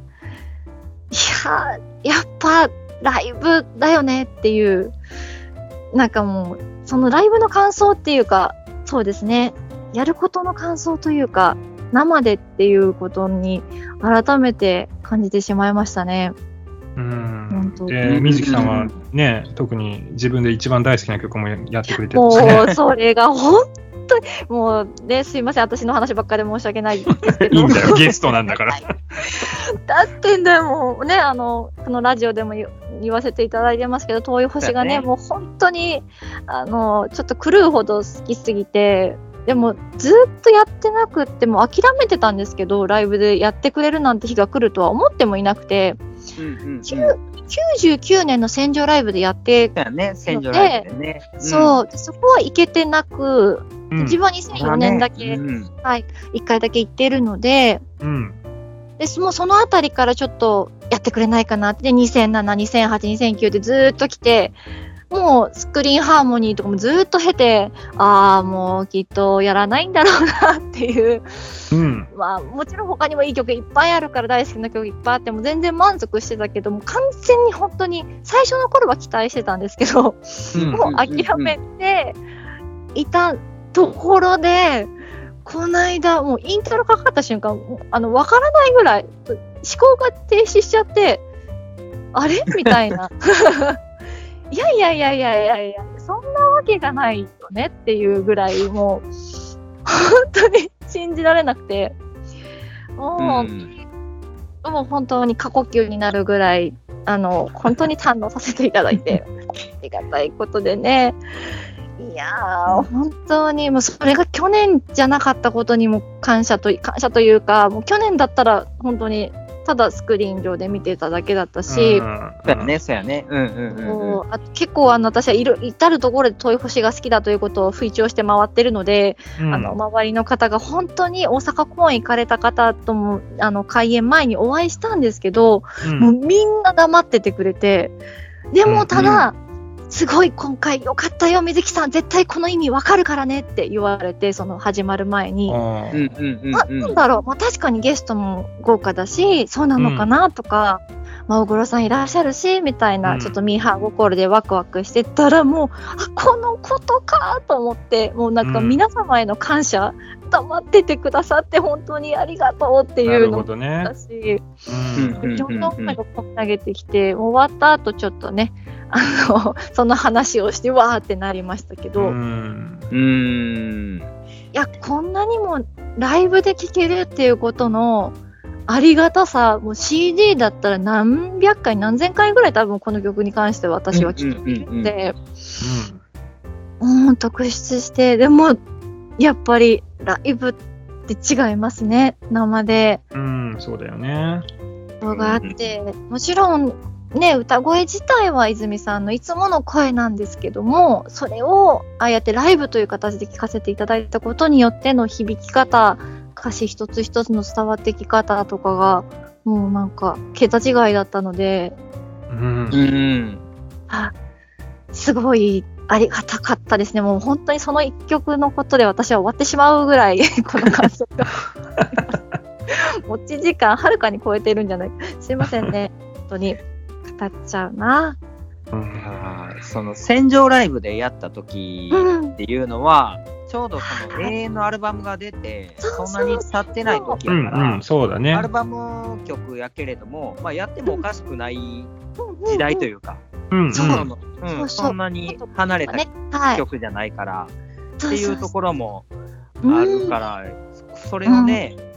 S3: いやー、やっぱライブだよねっていう、なんかもう、そのライブの感想っていうか、そうですね、やることの感想というか、生でっていうことに改めて感じてしまいましたね。
S1: うん
S3: 本当
S1: で、水木さんはね、特に自分で一番大好きな曲もやってくれてる
S3: も
S1: しね。
S3: う、それが本当に、もうね、すいません、私の話ばっかで申し訳ないですけど。
S1: いいんだ よ、ゲストなんだ から。
S3: だってでもねあのこのラジオでも言言わせていただいてますけど遠い星がね
S2: そうだね
S3: もう本当にあのちょっと狂うほど好きすぎてでもずっとやってなくってもう諦めてたんですけどライブでやってくれるなんて日が来るとは思ってもいなくて
S2: うんうんうん。
S3: きゅ
S2: そうう
S3: 99年の戦場ライブでやって、
S2: やね、戦場ライブでね。
S3: そうでそこは行けてなく、
S1: うん
S3: 自分は2004年だけ、
S2: うん
S3: はい、1回だけ行ってるので。
S1: うん。
S3: でそもうそのあたりからちょっとやってくれないかなってで2007、2008、2009でずーっと来てもうスクリーンハーモニーとかもずーっと経て、ああ、もうきっとやらないんだろうなっていう、
S1: うん。
S3: まあ、もちろん他にもいい曲いっぱいあるから大好きな曲いっぱいあっても全然満足してたけども、完全に本当に最初の頃は期待してたんですけど、
S1: うん
S3: もう諦めていたところで、この間、もうイントロかかった瞬間、もうあの、わからないぐらい、思考が停止しちゃって、あれみたい な。いやいやいやいやいやいや、そんなわけがないよねっていうぐらい、もう、本当に信じられなくて、もう、もう本当に過呼吸になるぐらい、あの、本当に堪能させていただいて、ありがたいことでね。いやー、本当に、もうそれが去年じゃなかったことにも感謝と、感謝というか、もう去年だったら本当に、ただスクリーン上で見てただけだったし、
S2: そうやね、そうやね。うんうんうん
S3: こうあ結構あの私はいる至る所で遠い星が好きだということを吹聴して回ってるので、
S1: うん
S3: あの周りの方が本当に大阪公演行かれた方ともあの開演前にお会いしたんですけど、
S1: うん
S3: もうみんな黙っててくれて、で
S1: う
S3: も
S1: ん
S3: ただ、すごい今回良かったよ、水木さん、絶対この意味わかるからねって言われて、その始まる前に。
S1: あ
S2: うん。う
S1: ー
S2: んうん
S3: あ
S2: うん
S3: なんだろう、まあ、確かにゲストも豪華だし、そうなのかなとか、まあ、大黒さんいらっしゃるし、みたいな、
S1: うん
S3: ちょっとミーハー心でワクワクしてたら、もう、あこのことかと思って、もうなんか
S1: うん
S3: 皆様への感謝、黙っててくださって、本当にありがとうって
S1: ないる
S3: う
S1: ほ
S3: の
S1: どね
S3: だ。し。
S1: うん
S2: うんうんうんうん
S3: いろんな女がこう投げてきて、終わった後ちょっとね、あの、 その話をして、わーってなりましたけど、
S1: う
S3: い
S1: ん
S2: うーん。
S3: や、こんなにもライブで聴けるっていうことのありがたさ、もう CD だったら何百回、何千回ぐらい多分この曲に関して私は聴いて
S2: うんうんうんうん
S3: て、うん、特筆して、でも、やっぱりライブって違いますね、生で。
S1: うん、そうだよね。
S3: ことがあって、もちろんね歌声自体は泉さんのいつもの声なんですけどもそれをああやってライブという形で聴かせていただいたことによっての響き方歌詞一つ一つの伝わってき方とかがもうなんか桁違いだったので
S1: うん
S2: う、ん。
S3: あすごいありがたかったですねもう本当にその一曲のことで私は終わってしまうぐ らいこの感想が持ち時間はるかに超えてるんじゃないすいませんね本当に語っちゃうな
S1: うん
S2: あーその戦場ライブでやった時
S3: うん
S2: っていうのは、ちょうどその永遠のアルバムが出て、
S3: そうそ
S2: そ
S3: うん
S2: なに経ってない時
S1: う
S2: やから、
S1: ん、うん、そうだね
S2: アル。バム曲やけれども、まあ、やってもおかしくない時
S3: 時
S2: 代と
S3: う
S2: いうか、
S1: うん、うん
S3: そうなの
S2: うん
S3: そうそう
S2: そんなに離れ
S3: か
S2: た
S3: ね、はい、
S2: 曲じゃないから
S3: そ
S2: っていうところもあるから、そそれをね、
S3: うんうん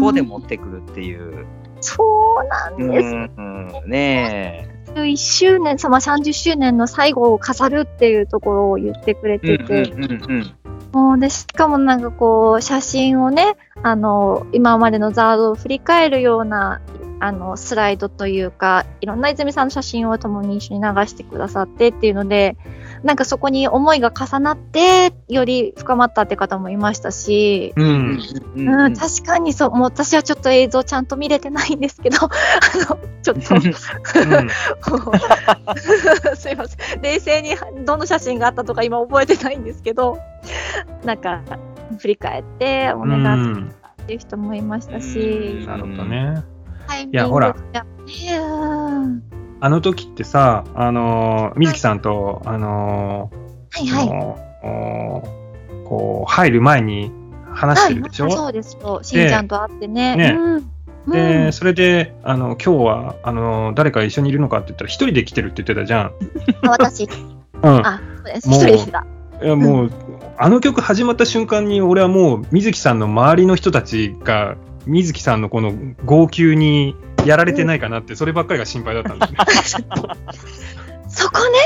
S2: ここで持ってくるっていう、
S3: そうなん
S2: うん
S3: です、
S2: うんねえ
S3: 1周年様30周年の最後を飾るっていうところを言ってくれてて、
S2: うんうんうん
S3: もうで、しかもなんかこう、写真をね、あの、今までのザードを振り返るような、あの、スライドというか、いろんな泉さんの写真を共に一緒に流してくださってっていうので、なんかそこに思いが重なって、より深まったって方もいましたし、
S1: う
S2: うん
S1: ん、
S2: うん
S3: う
S2: うん
S3: ん、確かにそう、もう私はちょっと映像ちゃんと見れてないんですけど、 あの、ちょっと、
S1: うん
S3: すいません冷静にどの写真があったとか今覚えてないんですけどなんか振り返ってお
S1: う
S3: 願いっ
S1: ん、
S3: たっていう人もいました
S2: うん
S3: し、
S1: なるほどね。
S3: タイミン
S1: い
S3: グ
S1: やほら
S3: やっぱりうん
S1: あの時ってさ、あのー、水木さんと、あの
S3: はい
S1: ー、
S3: はい。
S1: あのーこう、入る前に話してるでしょ、
S3: はいそうですそうしんちゃんと会ってね。
S1: ね
S3: うん
S1: で、それで、あの、今日は、あの、誰か一緒にいるのかって言ったら、一人で来てるって言ってたじゃん。
S3: うん、あ 私、
S1: うん。
S3: あ、そうです。
S1: もう
S3: 一人でした。
S1: いや、もう、あの曲始まった瞬間に、俺はもう、水木さんの周りの人たちが、水木さんのこの号泣にやられてないかなって、そればっかりが心配だったん だよね。
S3: そこね、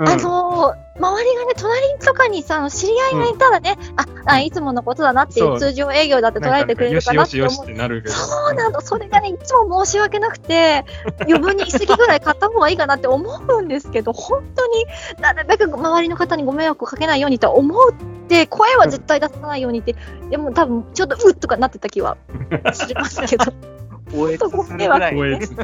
S1: うん
S3: あのー周りがね、隣とかにさ、あの知り合いがいたらね、ああ、いつものことだなってい
S1: そう
S3: う通常営業だって捉えてくれるか
S1: よ
S3: なっ
S1: してよ
S3: 思
S1: し
S3: う
S1: よしってなるけど。
S3: そ うなの、それがね、いつも申し訳なくて、余分に一席ぐらい買った方がいいかなって思うんですけど、本当になるべく周りの方にご迷惑をかけないようにとは思うって、声は 絶対出さないようにって、でも多分ちょっとうっとかなってた気はしますけど、
S2: おえつするぐらい
S1: 光栄
S2: ね
S1: で。すね。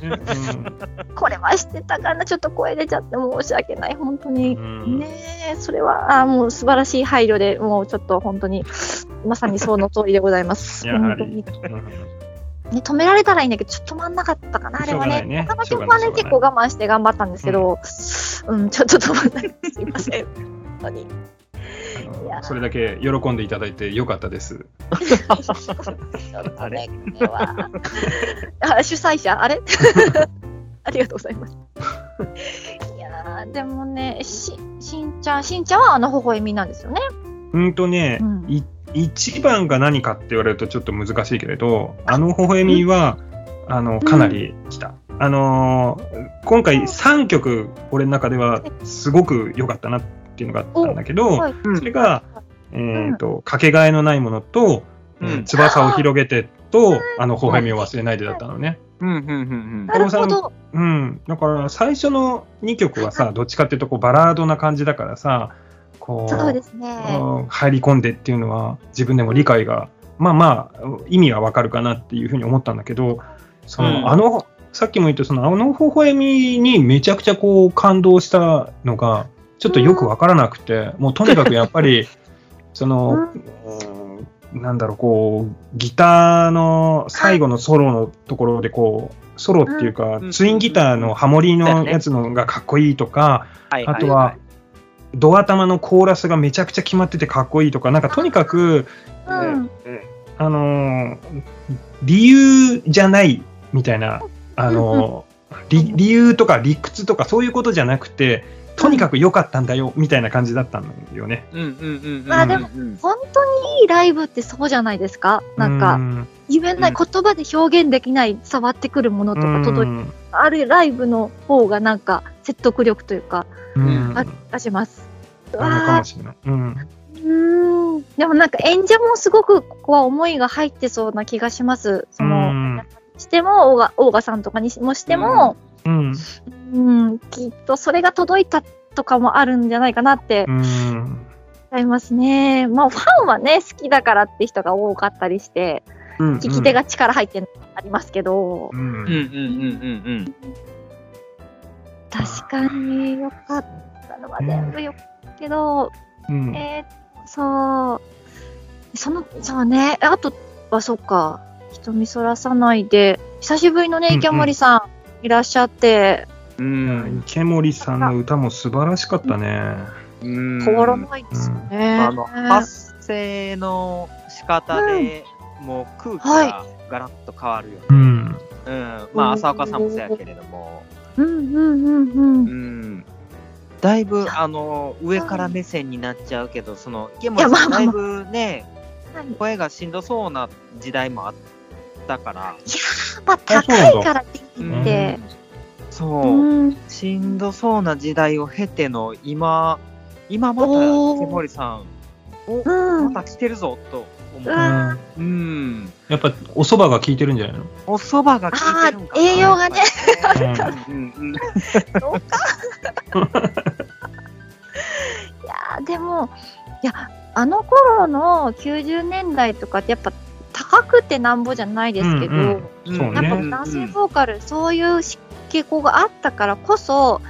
S3: これはしてたかな、ちょっと声出ちゃって申し訳ない、本当
S1: う
S3: に。
S1: ん
S3: ねえ、それは、あーもう素晴らしい配慮で、もうちょっと本当に、まさにその通りでございます。
S1: やは
S3: 本
S1: り
S3: 当に。ね、
S1: うん
S3: 止められたらいいんだけど、ちょっと止まんなかったかな、あれ
S1: しょう
S3: は
S1: がないね
S3: ね。他の
S1: しょう
S3: 曲
S1: が
S3: は
S1: ない
S3: ね、
S1: しょうがない
S3: 結構我慢して頑張ったんですけど、うん、ちょっと止まんなかった。すいません。本当に。
S1: あ
S3: い
S1: の
S3: や
S1: それだけ喜んでいただいてよかったです。
S3: ちょっと
S2: あれ
S3: ね、これは。あ主催者あれ ありがとうございます。いやーでもね、し、しんちゃん、しんちゃんはあの微笑みなんですよね。
S1: うんとね、
S3: うん
S1: い一番が何かって言われるとちょっと難しいけれど、あの微笑みは、あのかなり来た。あのー今回3曲俺の中ではすごく良かったなっていうのがあったんだけど、
S3: はい。
S1: それが、えーとかけがえのないものと、
S2: う
S1: え
S2: ん
S1: ー翼を広げてとあの微笑みを忘れないでだったのね。
S2: うんうんうん
S3: なるほど。
S1: うん、だから最初の2曲はさどっちかっていうとこうバラードな感じだからさこう
S3: そうです
S1: う
S3: ね。
S1: ん入り込んでっていうのは自分でも理解がまあまあ意味はわかるかなっていうふうに思ったんだけどその、
S2: うん
S1: あのさっきも言ったそのあの微笑みにめちゃくちゃこう感動したのがちょっとよくわからなくて、もうとにかくやっぱ りその、うんなんだろうこうギターの最後のソロのところでこうソロっていうか、
S2: うん
S1: ツインギターのハモリのやつのがかっこいいとか、
S2: はいいいい
S1: あとは、ドア玉のコーラスがめちゃくちゃ決まっててかっこいいとか、なんかとにかく、
S3: うん。
S1: あのー理由じゃないみたいな、あのー理理由とか理屈とかそういうことじゃなくて、とにかく良かったんだよみたいな感じだったんだよね。
S2: うんうんうんうん。
S3: まあでも
S2: うん
S3: 本当にいいライブってそうじゃないですか。なん
S1: う
S3: か、
S1: ん
S3: 言えない、言葉で表現できない、触ってくるものとか届い
S1: うん
S3: あるライブの方がなんか説得力というか、
S1: うん
S3: ある気がします。う
S1: あるか
S3: わ
S1: もしれない。うん
S3: ーうーんでもなんか演者もすごくここは思いが入ってそうな気がします。その、
S1: うん
S3: しても、オーガオーガさんとかにしもしても、
S1: うん
S3: うん、きっとそれが届いたとかもあるんじゃないかなって
S1: うん
S3: 思いますね。まあファンはね、好きだからって人が多かったりして、
S1: うん
S3: 聞き手が力入ってるのもありますけど、
S1: う
S2: うんうん
S1: ん
S2: うんうんうん。
S3: 確かに良かったのは全部良かったけど、
S1: うん
S3: えー、そう、その、そうね、あとはそっか、瞳そらさないで、久しぶりの
S1: うん
S3: ね、
S1: うん
S3: 池森さんいらっしゃって、
S2: う
S1: いや
S2: ん。
S1: 池森さんの歌も素晴らしかったね。
S2: うん
S3: 変わらないですよね。
S2: あの、発声の仕方で、もう空気がガラッと変わるよね。
S1: うん
S2: うん。まあ、浅岡さんもそうやけれども、
S3: うんうんうんうん。
S2: う
S3: い
S2: ん。だいぶ、あの、上から目線になっちゃうけど、その、池
S3: い
S2: 森
S3: やまあ
S2: さん、だ
S3: まあ
S2: い
S3: まあ
S2: ぶね、
S3: や、
S2: 声がしんどそうな時代もあったから、
S3: っぱ高いからって言って、
S2: そう。
S3: うん、
S2: しんどそうな時代を経ての今、今また
S3: おー
S2: 池森さん、お、
S3: うん
S2: また来てるぞと思う。
S3: うわ
S1: うん
S2: うん。
S1: やっぱお蕎麦が効いてるんじゃないの
S2: お蕎麦が効いてるんかな。
S3: あー栄養が ね
S2: やっぱりね。うんうん
S3: そうか。いやーでも、いや、あの頃の90年代とかってやっぱ高くてなんぼじゃないですけど、
S1: うん
S2: うん
S1: そう
S3: やっぱ
S1: ね。
S3: 男性ボーカル、そういう傾向があったからこそ、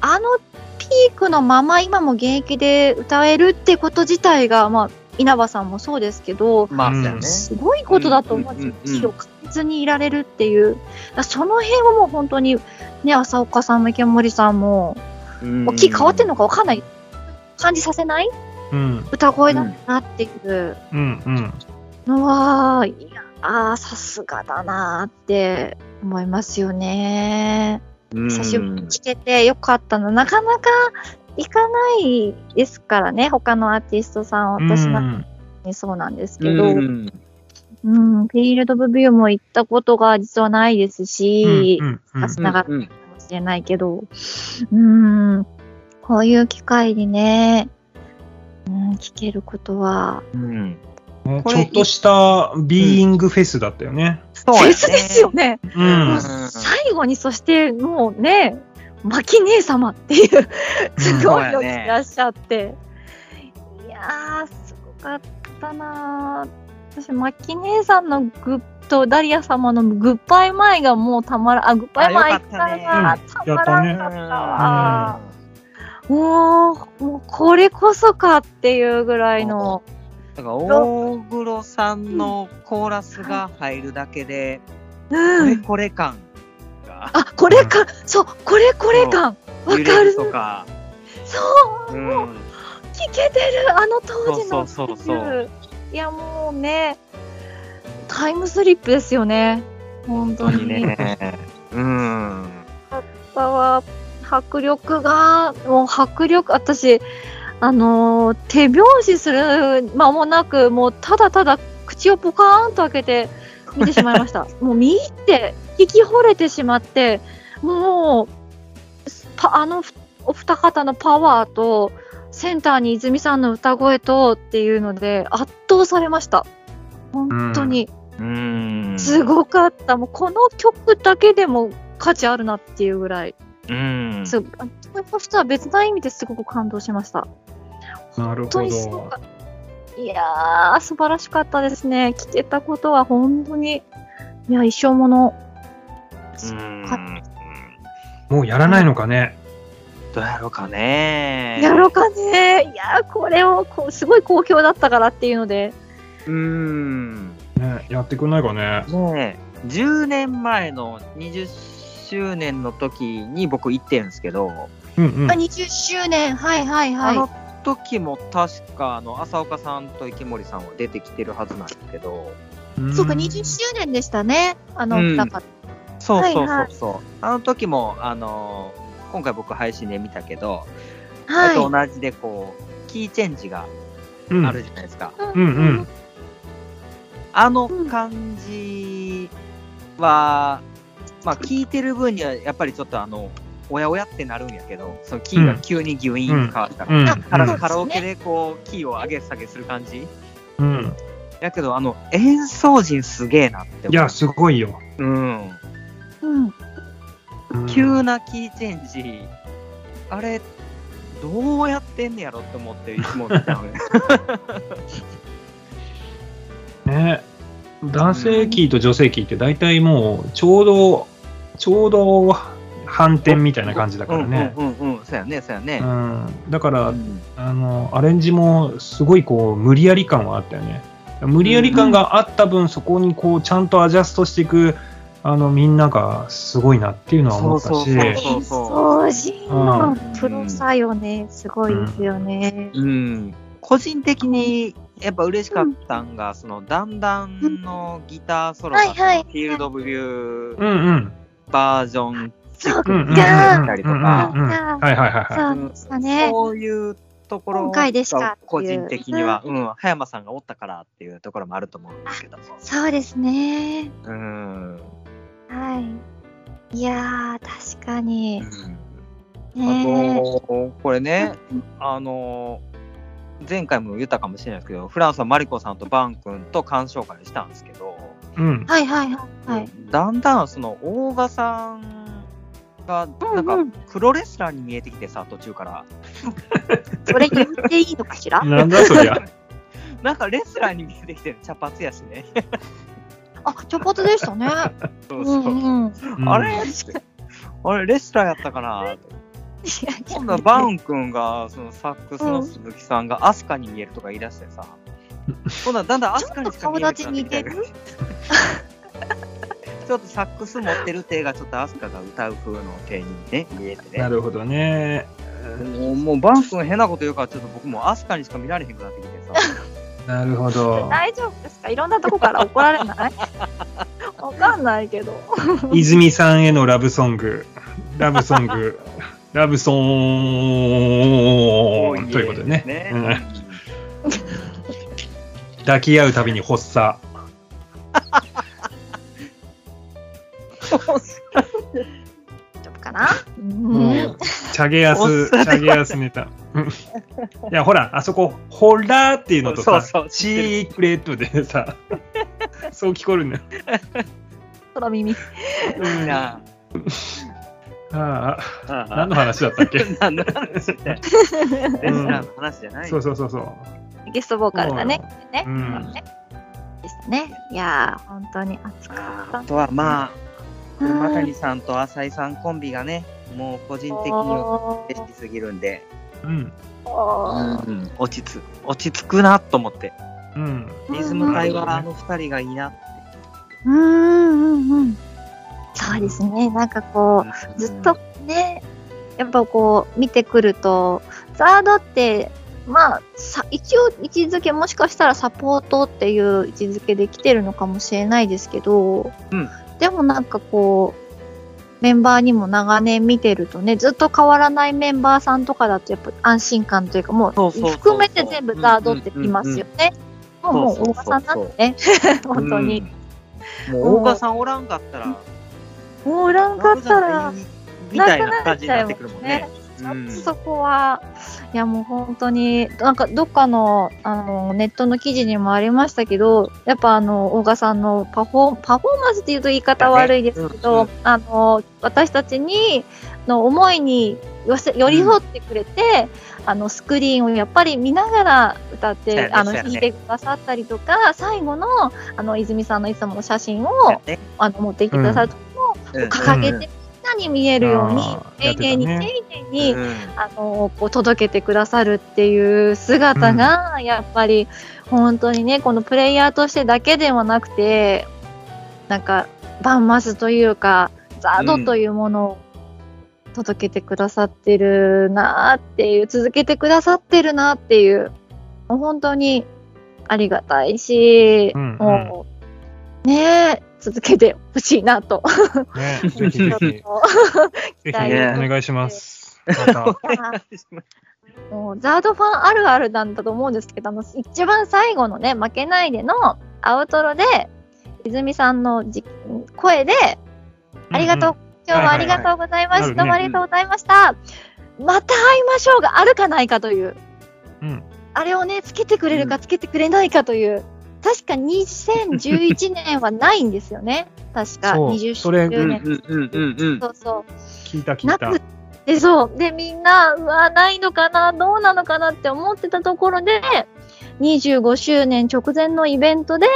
S3: あのピークのまま今も現役で歌えるってこと自体が、まあ、稲葉さんもそうですけど、
S2: まあ、そうや
S1: うん
S2: ね。
S3: すごいことだと思うんです
S2: うんう
S3: よ
S2: んうんうん
S3: 意志を感じずにいられるっていう。だからその辺はもう本当に、ね、浅岡さんも池森さんも、大きい変わってんのかわかんない。感じさせない
S1: うん
S3: 歌声だなっていう
S1: うんうん。
S3: のは、いやー、さすがだなーって思いますよね。
S2: うん
S3: 久しぶりに聞けてよかったの。なかなか行かないですからね、他のアーティストさん、私なんかにそうなんですけど。
S2: うん
S3: うん、フィールド・オブ・ビューも行ったことが実はないですし、
S1: うんうんうん
S3: しながらかもしれないけど、うん、こういう機会にね、うん、聞けることは。
S2: うん
S1: ね
S2: こ
S1: ち
S2: れ
S1: ょっとしたビーイングフェスだったよね。
S2: そうや
S3: フ
S2: ね
S3: ェスですよね。
S1: う
S2: うん
S1: ん。
S3: 最後に、そしてもうね、マキ姉様っていう、 すごいの
S2: そうや
S3: が
S2: ね
S3: いらっしゃって。いやー、すごかったなー私、マキ姉さんのグッとダリア様のグッバイ前がもうたまらあグッバイ前
S2: あ
S3: 行
S2: よ
S3: っ
S2: かったね
S3: たなた
S1: うん
S3: まらんかったわ
S2: うん
S3: もうもうこれこそかっていうぐらいの
S2: だから大黒さんのコーラスが入るだけで、こ
S3: う
S2: れ
S3: ん
S2: これ感が、
S3: あこれかそうこれこれ感わか
S2: 揺れ
S3: る
S2: るとか、
S3: そ
S2: う
S3: う
S2: ん、
S3: 聞けてるあの当時の
S2: そうそうそうそう
S3: いやもうねタイムスリップですよね本当
S2: 本当
S3: に
S2: にね。うん。
S3: パワー迫力がもう迫力私あのー手拍子する間もなくもうただただ口をポカーンと開けて見てしまい ましたもう見入って聞き惚れてしまってもうすパあのふお二方のパワーとセンターに泉さんの歌声とっていうので圧倒されました本当に、
S2: うん。
S3: す
S2: い。
S3: ごかったもうこの曲だけでも価値あるなっていうぐらい
S2: うん。
S3: そう、あそういう人は別な意味ですごく感動しました。
S1: なる
S3: 本当
S1: ほ
S3: にすご
S1: ど
S3: か。いやー、素晴らしかったですね。聞けたことは本当に、いや、一生もの。
S2: うん。
S1: もうやらないのかね。
S2: どうやろうかね。
S3: やろうかね。いやー、これをこう、すごい好評だったからっていうので。
S2: うん。
S1: ねやってくんないかね。
S2: ねえ、10年前の20周年の時に僕行ってるんですけど、
S1: うんうん。
S3: 20周年、はいはい
S2: あの時も確かあの浅岡さんと池森さんは出てきてるはずなんですけど、
S1: ん
S3: 年でしたね。あ
S2: のうんお二方そうそう
S3: はい
S2: そ
S3: は
S2: う
S3: い
S2: そう、あの時もあのー今回僕配信で見たけど、あれと同じでこうキーチェンジが
S1: うん
S2: あるじゃないですか、
S1: うんうん。
S2: あの感じは、まあ聞いてる分にはやっぱりちょっとあのおやおやってなるんやけどそのキーが急にギュイーンと変わった
S1: うん
S3: あ
S2: カ
S3: あ
S2: ラ
S3: ら
S2: カラオケ
S3: そう
S2: でこうキーを上げ下げする感じ
S1: うんうん。
S2: やけどあの演奏陣すげえなって思う
S1: いや、すごいよ。
S2: うん、
S3: うん。
S1: うん
S2: 急なキーチェンジあれどうやってんねやろって思っていつも見たの ね
S1: ね。男性キーと女性キーって大体もうちょうどちょうど反転みたいな感じだからね。
S2: うんうんうん、うん、そうやねそうやね
S1: う、ん、だから、
S2: うん
S1: あのアレンジもすごいこう無理やり感はあったよね無理やり感があった分、そこにこうちゃんとアジャストしていくあのみんながすごいなっていうのは思った
S2: そう
S1: し
S2: そうそう
S3: 演奏陣のプロさよね、すごいですよね。
S2: うん、個人的にやっぱ嬉しかったんが、そのだんだんのギターソロが、
S3: はいはい
S2: フィールド・オブ・ビュ
S1: う
S2: ー
S1: んうん
S2: バージョン
S3: そっ
S1: うんうんうんうんうん
S3: か
S2: たりとか
S1: うんうんはいはいはいはい
S3: そうでしたね。
S2: そういうところ
S3: 今回でしかっていう
S2: 個人的には、うん、葉山さんがおったからっていうところもあると思うんですけど。
S3: そうですね。
S2: うん。
S3: はい。いやー、確かに。
S2: あ
S3: ね
S2: と、これ
S3: え
S2: ね、あの、前回も言ったかもしれないですけど、フランスはマリコさんとバン君と鑑賞会したんですけど、
S1: うん
S3: はいはいはい はい。
S2: だんだんその大賀さんが、なん
S3: う
S2: か
S3: ん
S2: プロレスラーに見えてきてさ、途中から。
S3: それ言っていいのかしら
S1: なんだそりゃ
S2: なんかレスラーに見えてきてる、茶髪やしね。
S3: あ、ちょぽつでしたね。
S2: そう
S3: う
S2: そ
S3: ん
S2: う
S3: うん。い
S2: あれってあれ、レスラーやったかな
S3: やいや
S2: 今度はバウン君がそのサックスの鈴木さんがアスカに見えるとか言い出してさ、今度はだんだんアスカにしか見えなくなってきて
S3: ちょっと顔立
S2: る。
S3: ち
S2: ちょっとサックス持ってる手がちょっとアスカが歌う風の手にね見えて
S1: な
S2: ね。
S1: るほどね
S2: もうもうバウン君変なこと言うからちょっと僕もうアスカにしか見られへんくなってきてさ。
S1: なるほど
S3: 大丈夫ですかいろんなとこから怒られないわかんないけど。
S1: 泉さんへのラブソングラブソングラブソーンということでねうん抱き合うたびに発作
S3: 大丈夫かなうん。
S1: チャゲアス、チ
S2: おっさ
S1: ャゲアスネタ。うんいや、ほら、あそこ、ホラーっていうのとさ、
S2: そうそう
S1: シークレットでさ、そう聞こえるんだよ。
S3: 空耳。
S2: うんいいな。
S1: あ
S2: あ
S1: あ、何の話だったっけ
S2: 何の話だよレスラーの話じゃない
S1: そ
S2: よ
S1: うそうそうそう。
S3: ゲストボーカルがね。ね。
S1: うん
S3: でしたね。いやー、本当に暑かった
S2: あとはまあ、
S3: うん
S2: 馬谷さんと浅井さんコンビがね、もう個人的には嬉しすぎるんで、
S1: うん。
S3: あ
S2: うん落ち着落ち着くなと思って、
S1: うん。
S3: ー
S2: リズム隊
S1: うん
S2: はあの二人がいいなって。
S3: うんうんうんうん。そうですね。なんかこう、ずっとね、やっぱこう、見てくると、ザードって、まあ、さ一応位置づけ、もしかしたらサポートっていう位置づけで来てるのかもしれないですけど、
S2: うん
S3: でもなんかこう、メンバーにも長年見てるとね、ずっと変わらないメンバーさんとかだとやっぱ安心感というか、もう
S2: そうそうそうそう
S3: 含めて全部ザードって言いますよね。もうもう
S2: そうそうそう
S3: 大賀
S2: そう
S3: さんなんてね、 本当に。
S2: うん。もう大川さんおらんかったら、
S3: もうおらんかったら、
S2: みたいな感じになってくるもんね。
S3: ちょっ
S2: うん
S3: とそこは、いやもう本当に、なんかどっかのあのネットの記事にもありましたけど、やっぱあの、大賀さんのパフォーパフォーマンスっていうと言い方悪いですけ
S2: だ
S3: ど、
S2: ね
S3: あの、私たちに、の思いに寄せ寄り添ってくれて、あの、スクリーンをやっぱり見ながら歌っ
S2: そうや
S3: て、
S2: ね
S3: あ
S2: そ
S3: の、
S2: うやね
S3: 弾いてくださったりとか、最後の、あの、泉さんのいつもの写真を、
S2: ね
S3: あの、持ってきてくださる
S2: うん
S3: 掲げてみんなに見えるように、
S1: あーやって
S3: 丁
S1: た
S3: 寧に丁
S1: ね
S3: 寧に、
S2: うん
S3: あのこう届けてくださるっていう姿が、やっぱり本当にねこのプレイヤーとしてだけではなくてなんかバンマスというかザードというものを届けてくださってるなっていう、続けてくださってるなっていうもう本当にありがたいし、
S1: うんうん
S3: もうねえ続けてほしいなと。
S1: ね、ぜひぜひ、ぜひお
S2: ね
S1: 願いします。また、
S3: もうザードファンあるあるなんだと思うんですけど、あの一番最後のね、負けないでのアウトロで、泉さんのじ声で、ありがとう、今日はありがとうございま
S1: はい
S3: した、
S1: はいはい
S3: どうもありがとうございました、また会いましょうがあるかないかという、
S1: うん。
S3: あれをね、つけてくれるかつけてくれないかという、確か2011年はないんですよね、確か
S1: そう
S3: 20
S1: それ
S3: 周
S1: う
S3: 年。
S2: うんうんうんうん
S3: そうそう
S1: 聞いた聞
S3: ない
S1: た
S3: く。てそうでみんなうわないのかなどうなのかなって思ってたところで25周年直前のイベントで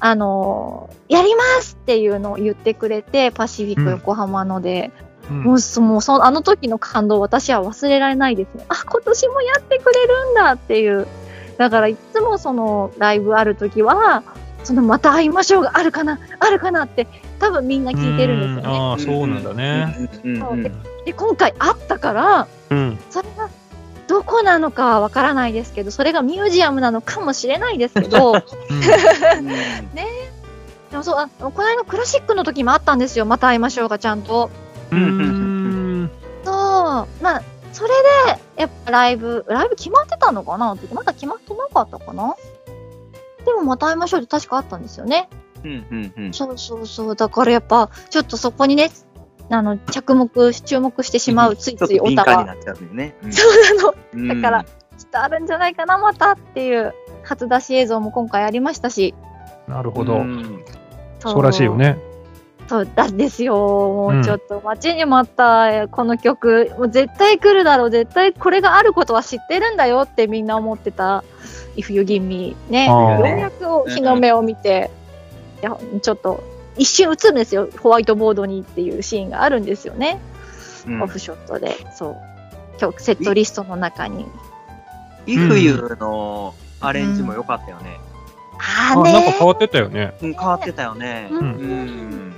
S3: あのーやりますっていうのを言ってくれてパシフィック横浜ので、
S1: うん
S3: もうそもうそあの時の感動私は忘れられないですねあ今年もやってくれるんだっていうだからいつもそのライブある時はそのまた会いましょうがあるかなあるかなって多分みんな聞いてるんですよね。
S1: ああ、そうなんだね。。
S2: うんうんうんうん
S3: で今回会ったから
S1: うん。
S3: それがどこなのかはわからないですけど、それがミュージアムなのかもしれないですけ ど、でもそうあこの間クラシックの時もあったんですよ、また会いましょうがちゃんと。
S1: うん。うん。
S3: そう、まあ、それで、やっぱライブ、ライブ決まってたのかなまだ決まってなかったかなでもまた会いましょうって確かあったんですよね。
S2: うんうんうん
S3: そうそうそう、だからやっぱ、ちょっとそこにね、あの着目、注目してしまう、つい
S2: ちょっ
S3: つい
S2: と
S3: オ
S2: 敏
S3: タ
S2: 感にな
S3: は。
S2: っちゃうよね。
S3: そうなの
S2: うん
S3: だから、ちょっとあるんじゃないかな、またっていう初出し映像も今回ありましたし。
S1: なる
S2: う
S1: ほ
S2: ん
S1: ど。
S2: うん
S3: そ
S1: そうらしいよ。ね。
S3: そうだですよ。も
S1: うん
S3: うちょっと待ちに待った、この曲、もう絶対来るだろう、絶対これがあることは知ってるんだよってみんな思ってた、If You Give Me ね、
S1: あ
S3: よ
S1: ー
S3: うやく日の目を見て、いやちょっと一瞬映るんですよ、ホワイトボードにっていうシーンがあるんですよね、
S2: うん
S3: オフショットで。そう曲セットリストの中に。
S2: イフユーのアレンジも良かったよね。
S3: あ
S1: あ、
S3: ー
S1: なんか
S3: ね
S1: 変わってったよね。
S2: うん変わってたよね。
S3: うん
S2: うん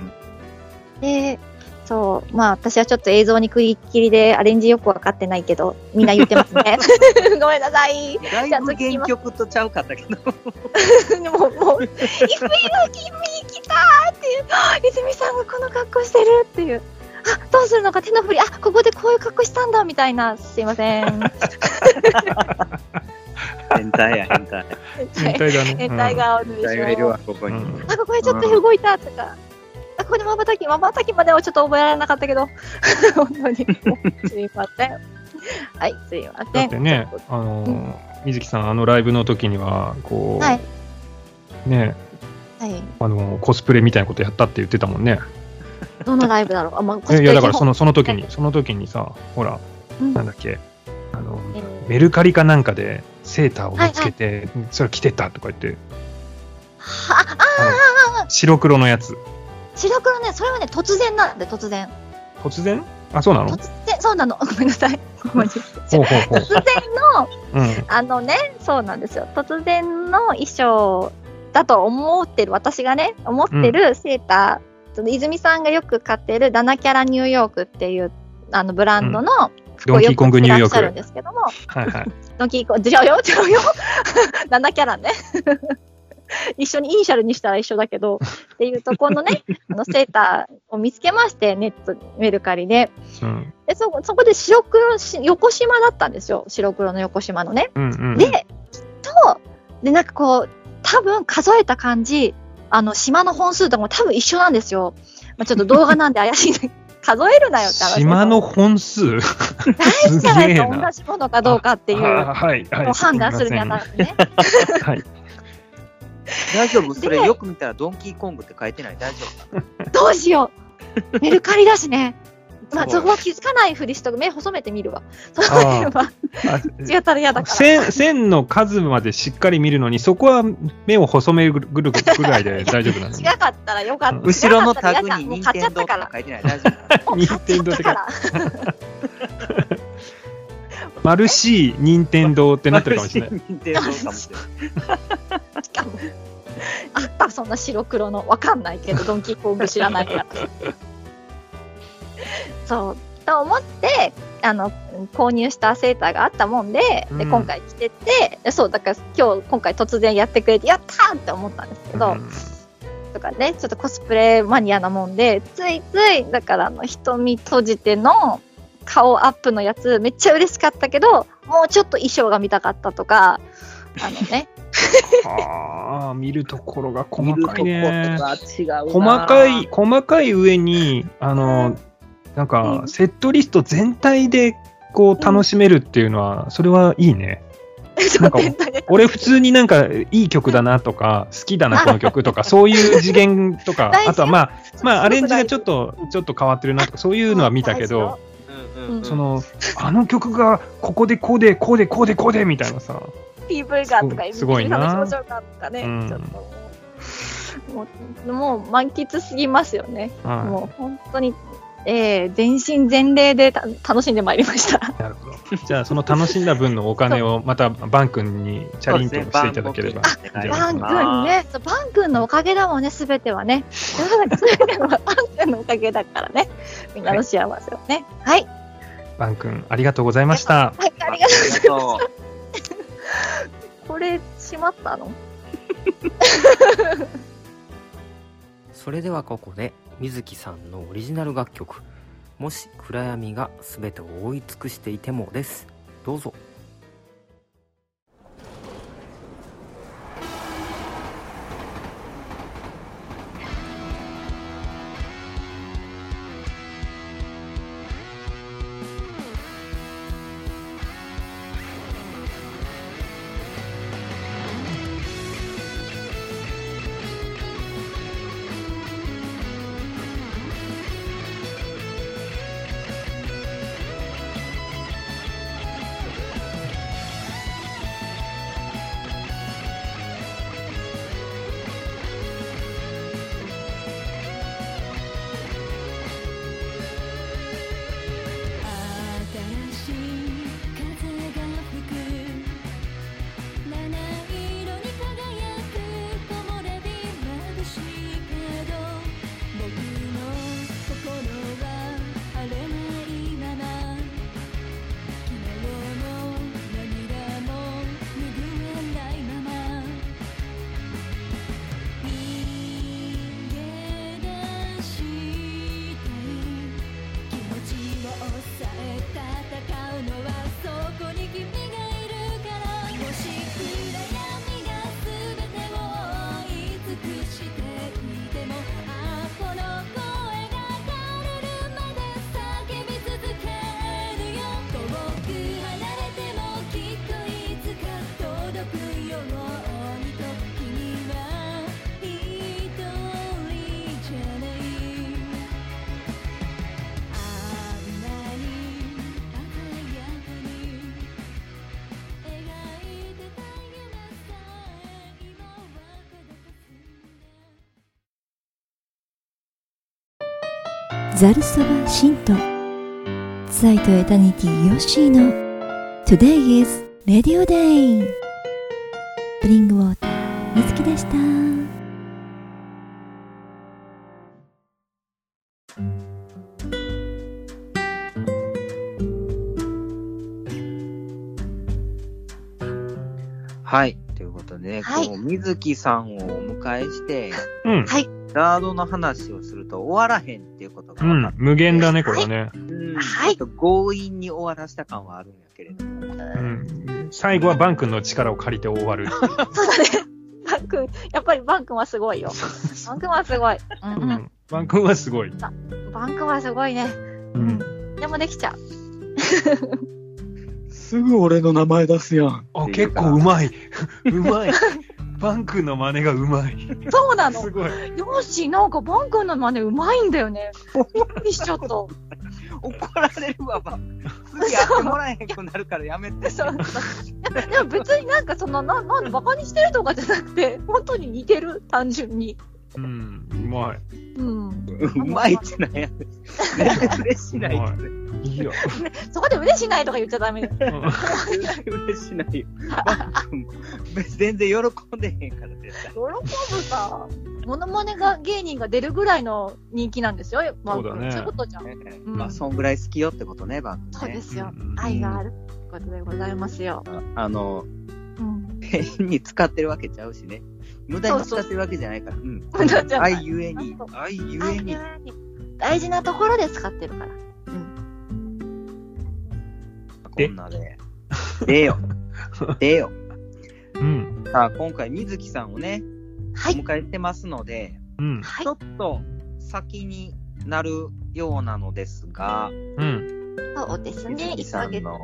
S3: で、そう、まあ私はちょっと映像に食いっきりでアレンジよくわかってないけど、みんな言ってますね。 ごめんなさい。
S2: だいぶ原曲とちゃうかったけど。
S3: でももう、イフイの君来たーっていう、 泉さんがこの格好してるっていう。あ、どうするのか手の振り、あ、ここでこういう格好したんだみたいな、すいま せん。
S2: 変態や変態。
S1: 変態だね。
S3: 変態がおる
S2: 変
S3: でし
S2: 態がいる
S3: ょ。
S2: わここに。
S1: うん
S3: あ、ここでちょっと動いたとか。あ、ここでまばたき、まばたきまではちょっと覚えられなかったけど、 本当 に、すいません。はい、すいま
S1: うん。だ
S3: せ
S1: っ
S3: ん。
S1: てね、あのー、水木さん、あのライブの時には、こ、
S3: はいう
S1: ね、
S3: はい。
S1: あのー、コスプレみたいなことやったって言ってたもんね。
S3: どのライブだろうあ、まあ、コスプレ
S1: えいや、だから
S3: 基
S1: そ
S3: 本
S1: の、その時に、その時にさ、ほら、
S3: うん
S1: なんだっけ、あの、
S3: えー
S1: メルカリかなんかでセーターを見つけて、それ着てたとか言って、
S3: はあ、
S1: 白黒のやつ。
S3: 白黒ね、それはね、突然なんで、突然。
S1: 突然あ、そうなの
S3: 突然、そうなの。ご めんなさい。ごめんなさい
S1: ほうほうほう。
S3: 突然の、
S1: うん。
S3: あのね、そうなんですよ。突然の衣装だと思ってる、私がね、思ってるセーター、その泉さんがよく買ってるダナキャラニューヨークっていう、あのブランドの服
S1: ド
S3: を
S1: ンキ
S3: よ
S1: ー
S3: く
S1: コング
S3: 着
S1: ニ
S3: て
S1: ュー
S3: ら
S1: ヨ
S3: っ
S1: ー
S3: しゃ
S1: ク。
S3: るんですけども、
S1: はいはい。
S3: ドンキーコン、違うよ、 違うよ。ダナキャラね。 一緒にイニシャルにしたら一緒だけど、っていうとこの ね、あのセーターを見つけまして、ネット、メルカリで。
S1: うん。
S3: でそこそこで白黒し横島だったんですよ白黒の横島のね。
S1: うん うん。
S3: でとでなんかこう多分数えた感じあの島の本数とかも多分一緒なんですよ。まあ、ちょっと動画なんで怪しいんだ けど数えるなよって話
S1: 島の本数
S3: ない
S1: す
S3: じゃな
S1: げ
S3: い
S1: え
S3: と同
S1: な。
S3: じものかどうかっていう
S1: あはいはい。
S3: のを判断するにあた
S1: は
S3: ってね。
S1: い。
S2: 大丈夫それ
S3: で
S2: よく見たらドンキーコングって書いてない大丈
S3: どうしよ うメルカリだしね。まあ、
S2: そう
S3: そこは気づかないふりしとく目細めてみるわ。そう
S1: あー
S3: いえば
S1: あ
S3: 違ったら嫌だから。
S1: 線線の数までしっかり見るのに、そこは目を細めるぐるぐ らいで大丈夫なの
S3: 違。かったらよかった。
S2: 夫後ろのタグ
S3: 違かったら嫌だ
S2: に
S3: もう
S2: 任
S3: 買っち
S2: 天
S3: ゃった
S2: 堂って
S3: から。
S2: 書いてない大丈夫
S1: 任天堂って
S3: 買っちゃった
S1: マルシー、任天堂ってなってるかもしれない。
S2: 任天堂かもしれない
S3: しかも あったそんな白黒のわかんないけどドンキーコング知らないからそうと思ってあの購入したセーターがあったもんでで
S1: うん
S3: 今回着てて、でそうだから今日今回突然やってくれてやったーって思ったんですけど、
S1: うん
S3: とかねちょっとコスプレマニアなもんでついついだからあの瞳閉じての顔アップのやつめっちゃ嬉しかったけどもうちょっと衣装が見たかったとかあのね
S1: ああ、見るところが細
S2: 見ると
S1: かいね。
S2: ころが違うな
S1: 細かい、細かい上に、あの、なんか
S3: う、ん
S1: セットリスト全体で、こう、楽しめるっていうのは、それはいいね。 なんか
S3: 全体で、
S1: 俺、普通になんか、いい曲だなとか、好きだな、この曲とか、そういう次元とか
S3: 大事
S1: あとはまあ、まあ、アレンジがちょ
S3: っ
S1: っと、ちょっと変わってるなとか、そういうのは見たけど、
S2: うんうんうん
S1: その、あの曲が、ここでこうで、こうで、こうで、こうで、みたいなさ、
S3: PV がとか
S1: すごいな
S3: MV の表情がとかね、
S1: うん
S3: ちょっともうもうもう満喫すぎますよね、
S1: は
S3: もう本当に、えー全身全霊でた楽しんでまいりました
S1: い。なるほど。じゃあ、その楽しんだ分のお金を、また、バン君にチャリンとしていただけれ ば。
S2: そうですね
S1: あ
S3: バン君ねそうバン君のおかげだもんねすべてはね全てはバン君のおかげだからねみんなの幸せをねはい、
S1: バン君、ありがとうございました。
S3: はい、あ
S2: あ
S3: り
S2: り
S3: がと
S2: がとう
S3: うこれ閉まったの
S4: それではここで水木さんのオリジナル楽曲「もし暗闇が全てを覆い尽くしていても」ですどうぞ
S5: 「ザルそば神道サイトエタニティヨッシーの Today is Radio Day プリングウォーターみずきでした
S2: はい。ということでね、
S3: はい
S2: こう、水木さんをお迎えして、
S1: うん。
S2: ラードの話をすると終わらへんっていうことが
S1: う
S2: 分か
S1: ん
S2: っ。
S1: 無限だね、これはね。
S2: た。うん
S3: はい
S2: ちょっと強引に終わらした感はあるんやけれども。
S1: うん。最後はバン君の力を借りて終わる。
S3: そうだね。バン君、やっぱりバン君はすご いよ。バン君はすごい。
S1: う。
S3: うん
S1: バン君はすごい。
S3: ん、バン君はすごいね。
S1: うん。
S3: でもできちゃう。
S2: すぐ俺の名前出すやん。
S1: あ、結構うまい。 うまい。バン君の真似がうまい。
S3: そうなの
S1: す。ごい。
S3: よーし、なんかバン君の真似うまいんだよね。びっくりしちゃった。そ
S2: 怒られるわ、ば。すぐやってもらえへんくなるからやめて。
S3: うそうでも別になんかその、ななんバカにしてるとかじゃなくて、本当に似てる、単純に。
S1: うん。うまい。
S3: うん。
S2: うまいってなんやねん。 嬉しないってね。
S1: いいよ。
S3: そこで嬉しないとか言っちゃダメだよ。
S2: 嬉しないよ。 全然喜んでへんから、絶対。
S3: 喜ぶか。モノマネが芸人が出るぐらいの人気なんですよ、バン君。
S1: そうだね
S3: そういうことじゃん。ん
S2: まあ、そんぐらい好きよってことね、バンクね。
S3: そうですよ。
S1: うん
S3: 愛があるってことでございますよ。
S2: あの、
S3: うん。
S2: 変に使ってるわけちゃうしね。無駄に使ってるわけじゃないから。うん。
S3: 無駄じゃない
S2: 愛ゆえに、愛ゆえに。
S3: 大事なところで使ってるから。
S2: こんなで。でよ。でよ。
S1: うん。
S2: さあ、今回、水木さんをね、お
S3: はい。
S2: 迎えしてますので、
S1: うん。
S3: はい
S2: ちょ。っと先になるようなのですが、
S1: うん。
S3: そうですね。
S2: 水木
S3: 1
S2: さ
S3: ヶ
S2: ん
S3: 月
S2: の、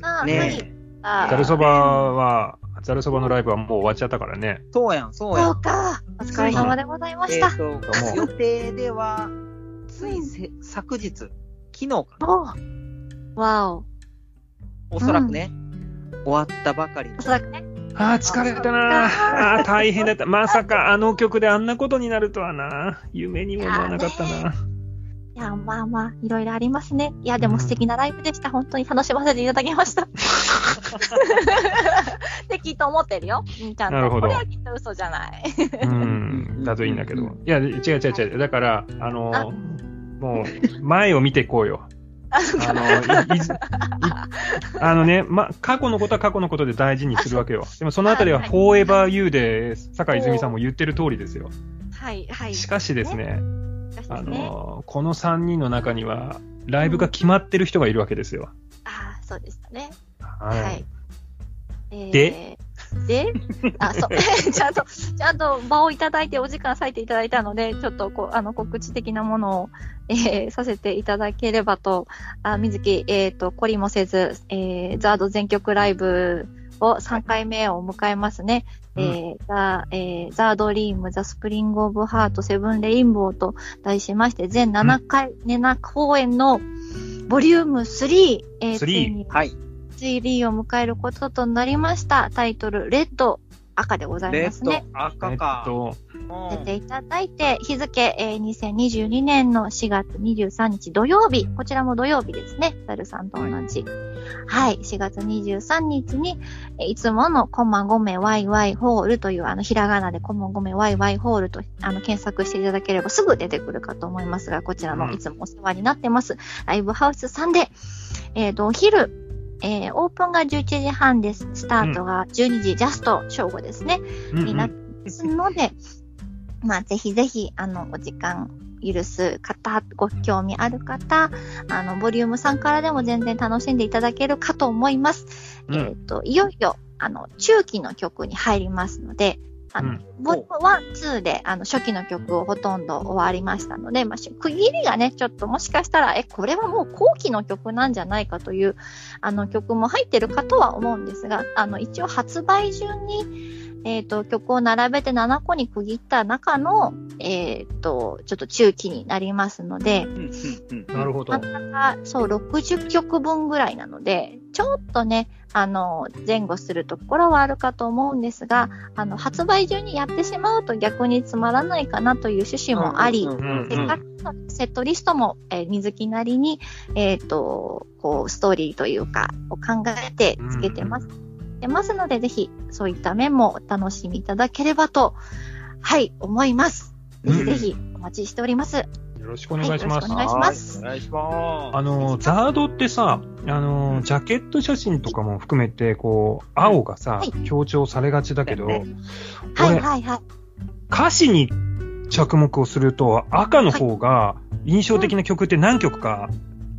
S3: が、
S2: ね、
S3: はい
S1: ざるそばは、ざるそばのライブはもう終わっちゃったからね。
S2: そうやん、そうや
S3: そ
S2: ん
S3: う。か。お疲れ様でございました。
S2: えーと予定では、ついせ昨日、昨日かな、
S3: おうわお。
S2: おそらくね、終わったばかりの
S3: おそらくね。
S1: ああ、疲れたなあ。あー大変だった。まさかあの曲であんなことになるとはな。夢にも思わなかったな。
S3: いや、まあまあ、いろいろありますね。いや、でも素敵なライブでした。本当に楽しませていただきました。 ってきっと思ってるよ。うんちゃんと。
S1: なるほど
S3: これはきっと嘘じゃない。
S1: うん。だといいんだけど。いや、違う違う違う。だから、あの
S3: あ
S1: もう、前を見ていこうよ。 あの、いいずいあのね、ま、過去のことは過去のことで大事にするわけよ。でもそのあたりは、
S3: はい
S1: フォーエバーユーで、坂井泉さんも言ってる通りですよ。
S3: はい、はい。
S1: しかしですね、
S3: し
S1: あ
S3: かしね。
S1: の、この3人の中には、ライブが決まってる人がいるわけですよ。
S3: ああ、そうでしたね。
S1: は
S3: はい。。えー
S1: で
S3: であ、そう。ちゃんと、ちゃんと場をいただいて、お時間割いていただいたので、ちょっとこう、あの、告知的なものを、えーさせていただければと、あ、水木、えっ、と、懲りもせず、えー、ザード全曲ライブを3回目を迎えますね。
S1: うん
S3: えーザ、えーザードリーム、ザ・スプリング・オブ・ハート、セブン・レインボーと題しまして、全7回、7公演のボリューム3、
S1: 3
S3: えー、ついに
S2: はい、
S3: 3を迎えることとなりました。タイトル、レッド、赤でござい
S2: レ
S3: ます
S2: ッド
S3: ね。、
S1: え
S2: 赤
S1: っ
S2: か。
S1: と、
S2: うん
S3: 出ていただいて、日付、えー2022年の4月23日土曜日、こちらも土曜日ですね。ダルさんと同じ。はい、4月23日に、えーいつものコマゴメワイワイホールという、あの、ひらがなでコマゴメワイワイホールと、あの、検索していただければすぐ出てくるかと思いますが、こちら
S1: う
S3: も
S1: ん
S3: いつもお世話になってます。ライブハウスさんで、えっ、と、お昼、えーオープンが11時半です。スタートが12時、ジャスト、正午ですね。
S1: うんうん
S3: になってますので、まあ、ぜひぜひ、あの、お時間許す方、ご興味ある方、あの、ボリューム3からでも全然楽しんでいただけるかと思います。
S1: うん
S3: えっ、と、いよいよ、あの、中期の曲に入りますので、あの、
S1: うん
S3: ボリューム1、2で、あの、初期の曲をほとんど終わりましたので、まあ、し区切りがね、ちょっともしかしたら、え、これはもう後期の曲なんじゃないかという、あの、曲も入ってるかとは思うんですが、あの、一応発売順に、えっ、と、曲を並べて7個に区切った中の、えっ、と、ちょっと中期になりますので、
S2: うんうん
S1: なるほど。
S3: あそう、60曲分ぐらいなので、ちょっとね、あの、前後するところはあるかと思うんですが、あの、発売中にやってしまうと逆につまらないかなという趣旨もあり、
S2: うんうん
S3: せっかくのセットリストも、えー水木なりに、えっ、と、こう、ストーリーというか、を考えてつけてます。でますので、ぜひ、そういった面もお楽しみいただければと、はい、思います。ぜひぜひ、お待ちしております。
S1: よろしくお願いします。
S3: お願いします
S2: はいお願いします。
S1: あの、ザードってさ、あ
S2: う
S1: の、
S2: ん
S1: ジャケット写真とかも含めて、こう、青がさ
S3: は、い
S1: 強調されがちだけど、
S2: ね
S3: はい、
S1: 俺、
S3: はい、はい。
S1: 歌詞に着目をすると、赤の方が印象的な曲って何曲か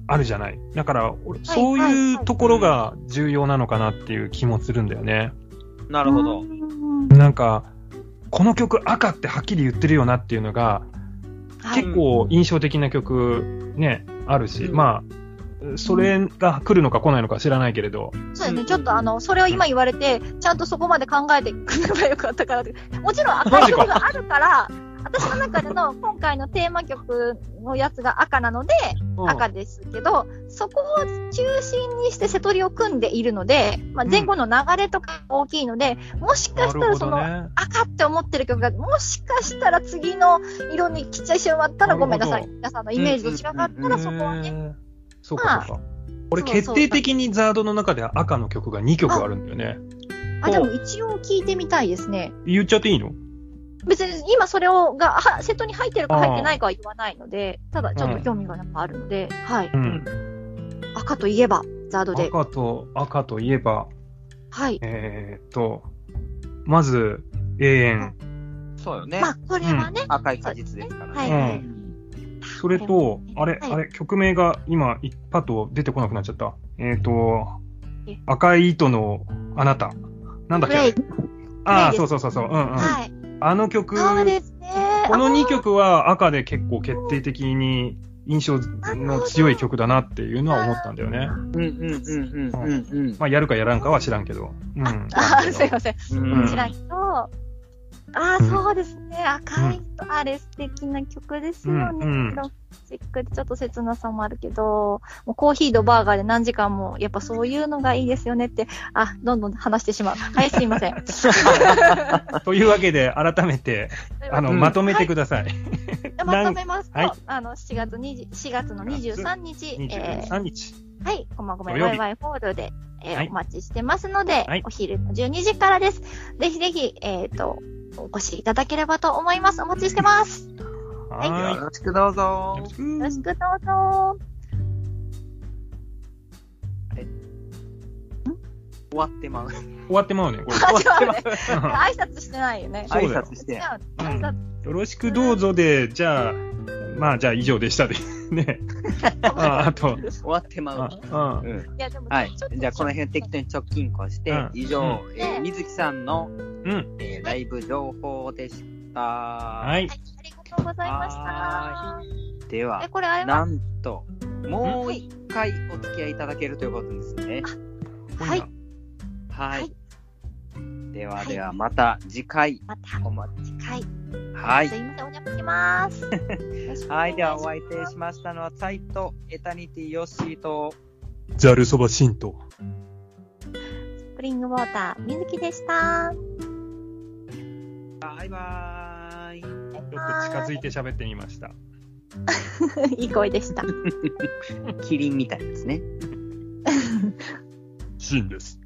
S1: あるじゃない。だから、俺そういうところが重要なのかなっていう気もするんだよね。
S2: なるほど
S3: う。ん
S1: なんか、この曲赤ってはっきり言ってるよなっていうのが、
S3: はい
S1: 結構印象的な曲ね、あるし、
S2: うん
S1: まあ、それが来るのか来ないのか知らないけれど、
S3: そうです
S2: う
S3: ね、
S2: ん
S3: ちょっとあの、それを今言われて、ちゃんとそこまで考えてくればよかったからってもちろん赤い曲があるから、私の中での今回のテーマ曲のやつが赤なので、赤ですけど、そこを中心にして瀬戸りを組んでいるので、まあ、前後の流れとか大きいので、もしかしたらその、
S1: ね。
S3: 赤って思ってる曲が、もしかしたら次の色に来ちゃいしまったらごめんなさ。
S1: ないる
S3: 皆さんのイメージと違かったらそこは
S1: へ
S3: ね。
S1: ーそうかそうか。俺
S3: そうそ
S1: 決
S3: う
S1: 定的にザードの中では赤の曲が2曲あるんだよね。
S3: あ、でも一応聞いてみたいですね。
S1: 言っちゃっていいの
S3: 別に今それをがはセットに入ってるか入ってないかは言わないので、ただちょっと興味がやっぱあるので、はい。
S1: うん。
S3: 赤といえば、ザードで。
S1: 赤と、赤といえば、
S3: はい。
S1: えーっと、まず、永遠。
S2: そうよね
S3: ま。あ、これはね、
S2: 赤い果実ですから
S3: はい
S1: は
S2: ね
S1: い。それと、あれ、
S3: はい
S1: あれ、曲名が今、いパッと出てこなくなっちゃった。えーっと
S3: え、
S1: 赤い糸のあなた。なんだっ
S3: ブレイ
S1: け
S3: ク。
S1: あ
S3: ブレイ
S1: あ、
S3: です
S1: そうそうそうそう。うんうん。
S3: はい。
S1: あの曲、
S3: そう
S1: こ
S3: ですね。
S1: の
S3: あ
S1: 2曲は赤で結構決定的に印象の強い曲だなっていうのは思ったんだよね。
S2: うんうんうんうんうん
S1: まあ、やるかやらんかは知らんけど。うん。
S3: あー、すいません。
S2: うん。
S1: うん
S3: こちらと、ああ、
S1: うん
S3: そうですね。赤いと、あれ素敵な曲ですよね。
S1: うんうん
S3: ロッチックでちょっと切なさもあるけど、もうコーヒーとバーガーで何時間も、やっぱそういうのがいいですよねって、あ、どんどん話してし まう。はい、すいません。
S1: というわけで、改めて、あの、
S2: うん
S1: まとめてください。
S3: まとめますと、
S1: はい
S3: あの、7月20、4月の23日、えー
S1: 23日。
S3: はい、こまごめ
S1: 土曜
S3: ワ
S1: 日
S3: イワイホールで、えー
S1: はい
S3: お待ちしてますので、
S1: はい
S3: お昼の12時からです。ぜひぜひ、えっ、と、お越しいただければと思います。お待ちしてます。よい
S2: よ
S1: は
S2: ろしくどうぞ
S1: ーい。よ。ろしく
S3: ろしくどうぞ。
S2: 終わってまう。終
S1: 終わってまうね、これ。
S3: あ、違うね。
S1: うん
S3: 挨拶してないよね。
S1: そう
S2: 挨
S1: だよ
S2: 拶し
S3: 違う
S2: て。
S3: ね。挨拶
S1: よろしくどうぞで、じゃあ、まあ、じゃあ以上でしたで。 ね。ああと、
S2: 終わってまう。
S1: あうん
S2: うん
S3: いや、でも、
S2: はい
S3: ちょっ。と
S2: じゃあ、この辺適当に直近こして
S1: うん、
S2: 以上、えー水木さんの
S1: うん。
S2: えーライブ情報でした。
S1: は
S2: はい
S3: はい。、ありがとうございました。
S2: い。で
S3: え、
S2: は、
S3: これあれは、
S2: なんと、もう一回お付き合いいただけるということですね。
S3: はい、
S2: は。
S3: はい
S2: ではでは、また次回
S3: また、
S2: お待ち。
S3: 次回、
S2: はい
S3: す。いません、お邪魔し ます。
S2: はい、ではお
S3: わ
S2: 相手しましたのは、サイト、エタニティ、ヨッシーと、
S1: ザルそば神道。
S3: スプリングウォーター、水木でした。
S2: バイバーイ。
S1: ちょっと近づいて喋ってみました。
S3: いい声でした。
S2: キリンみたいですね。
S1: シーンです。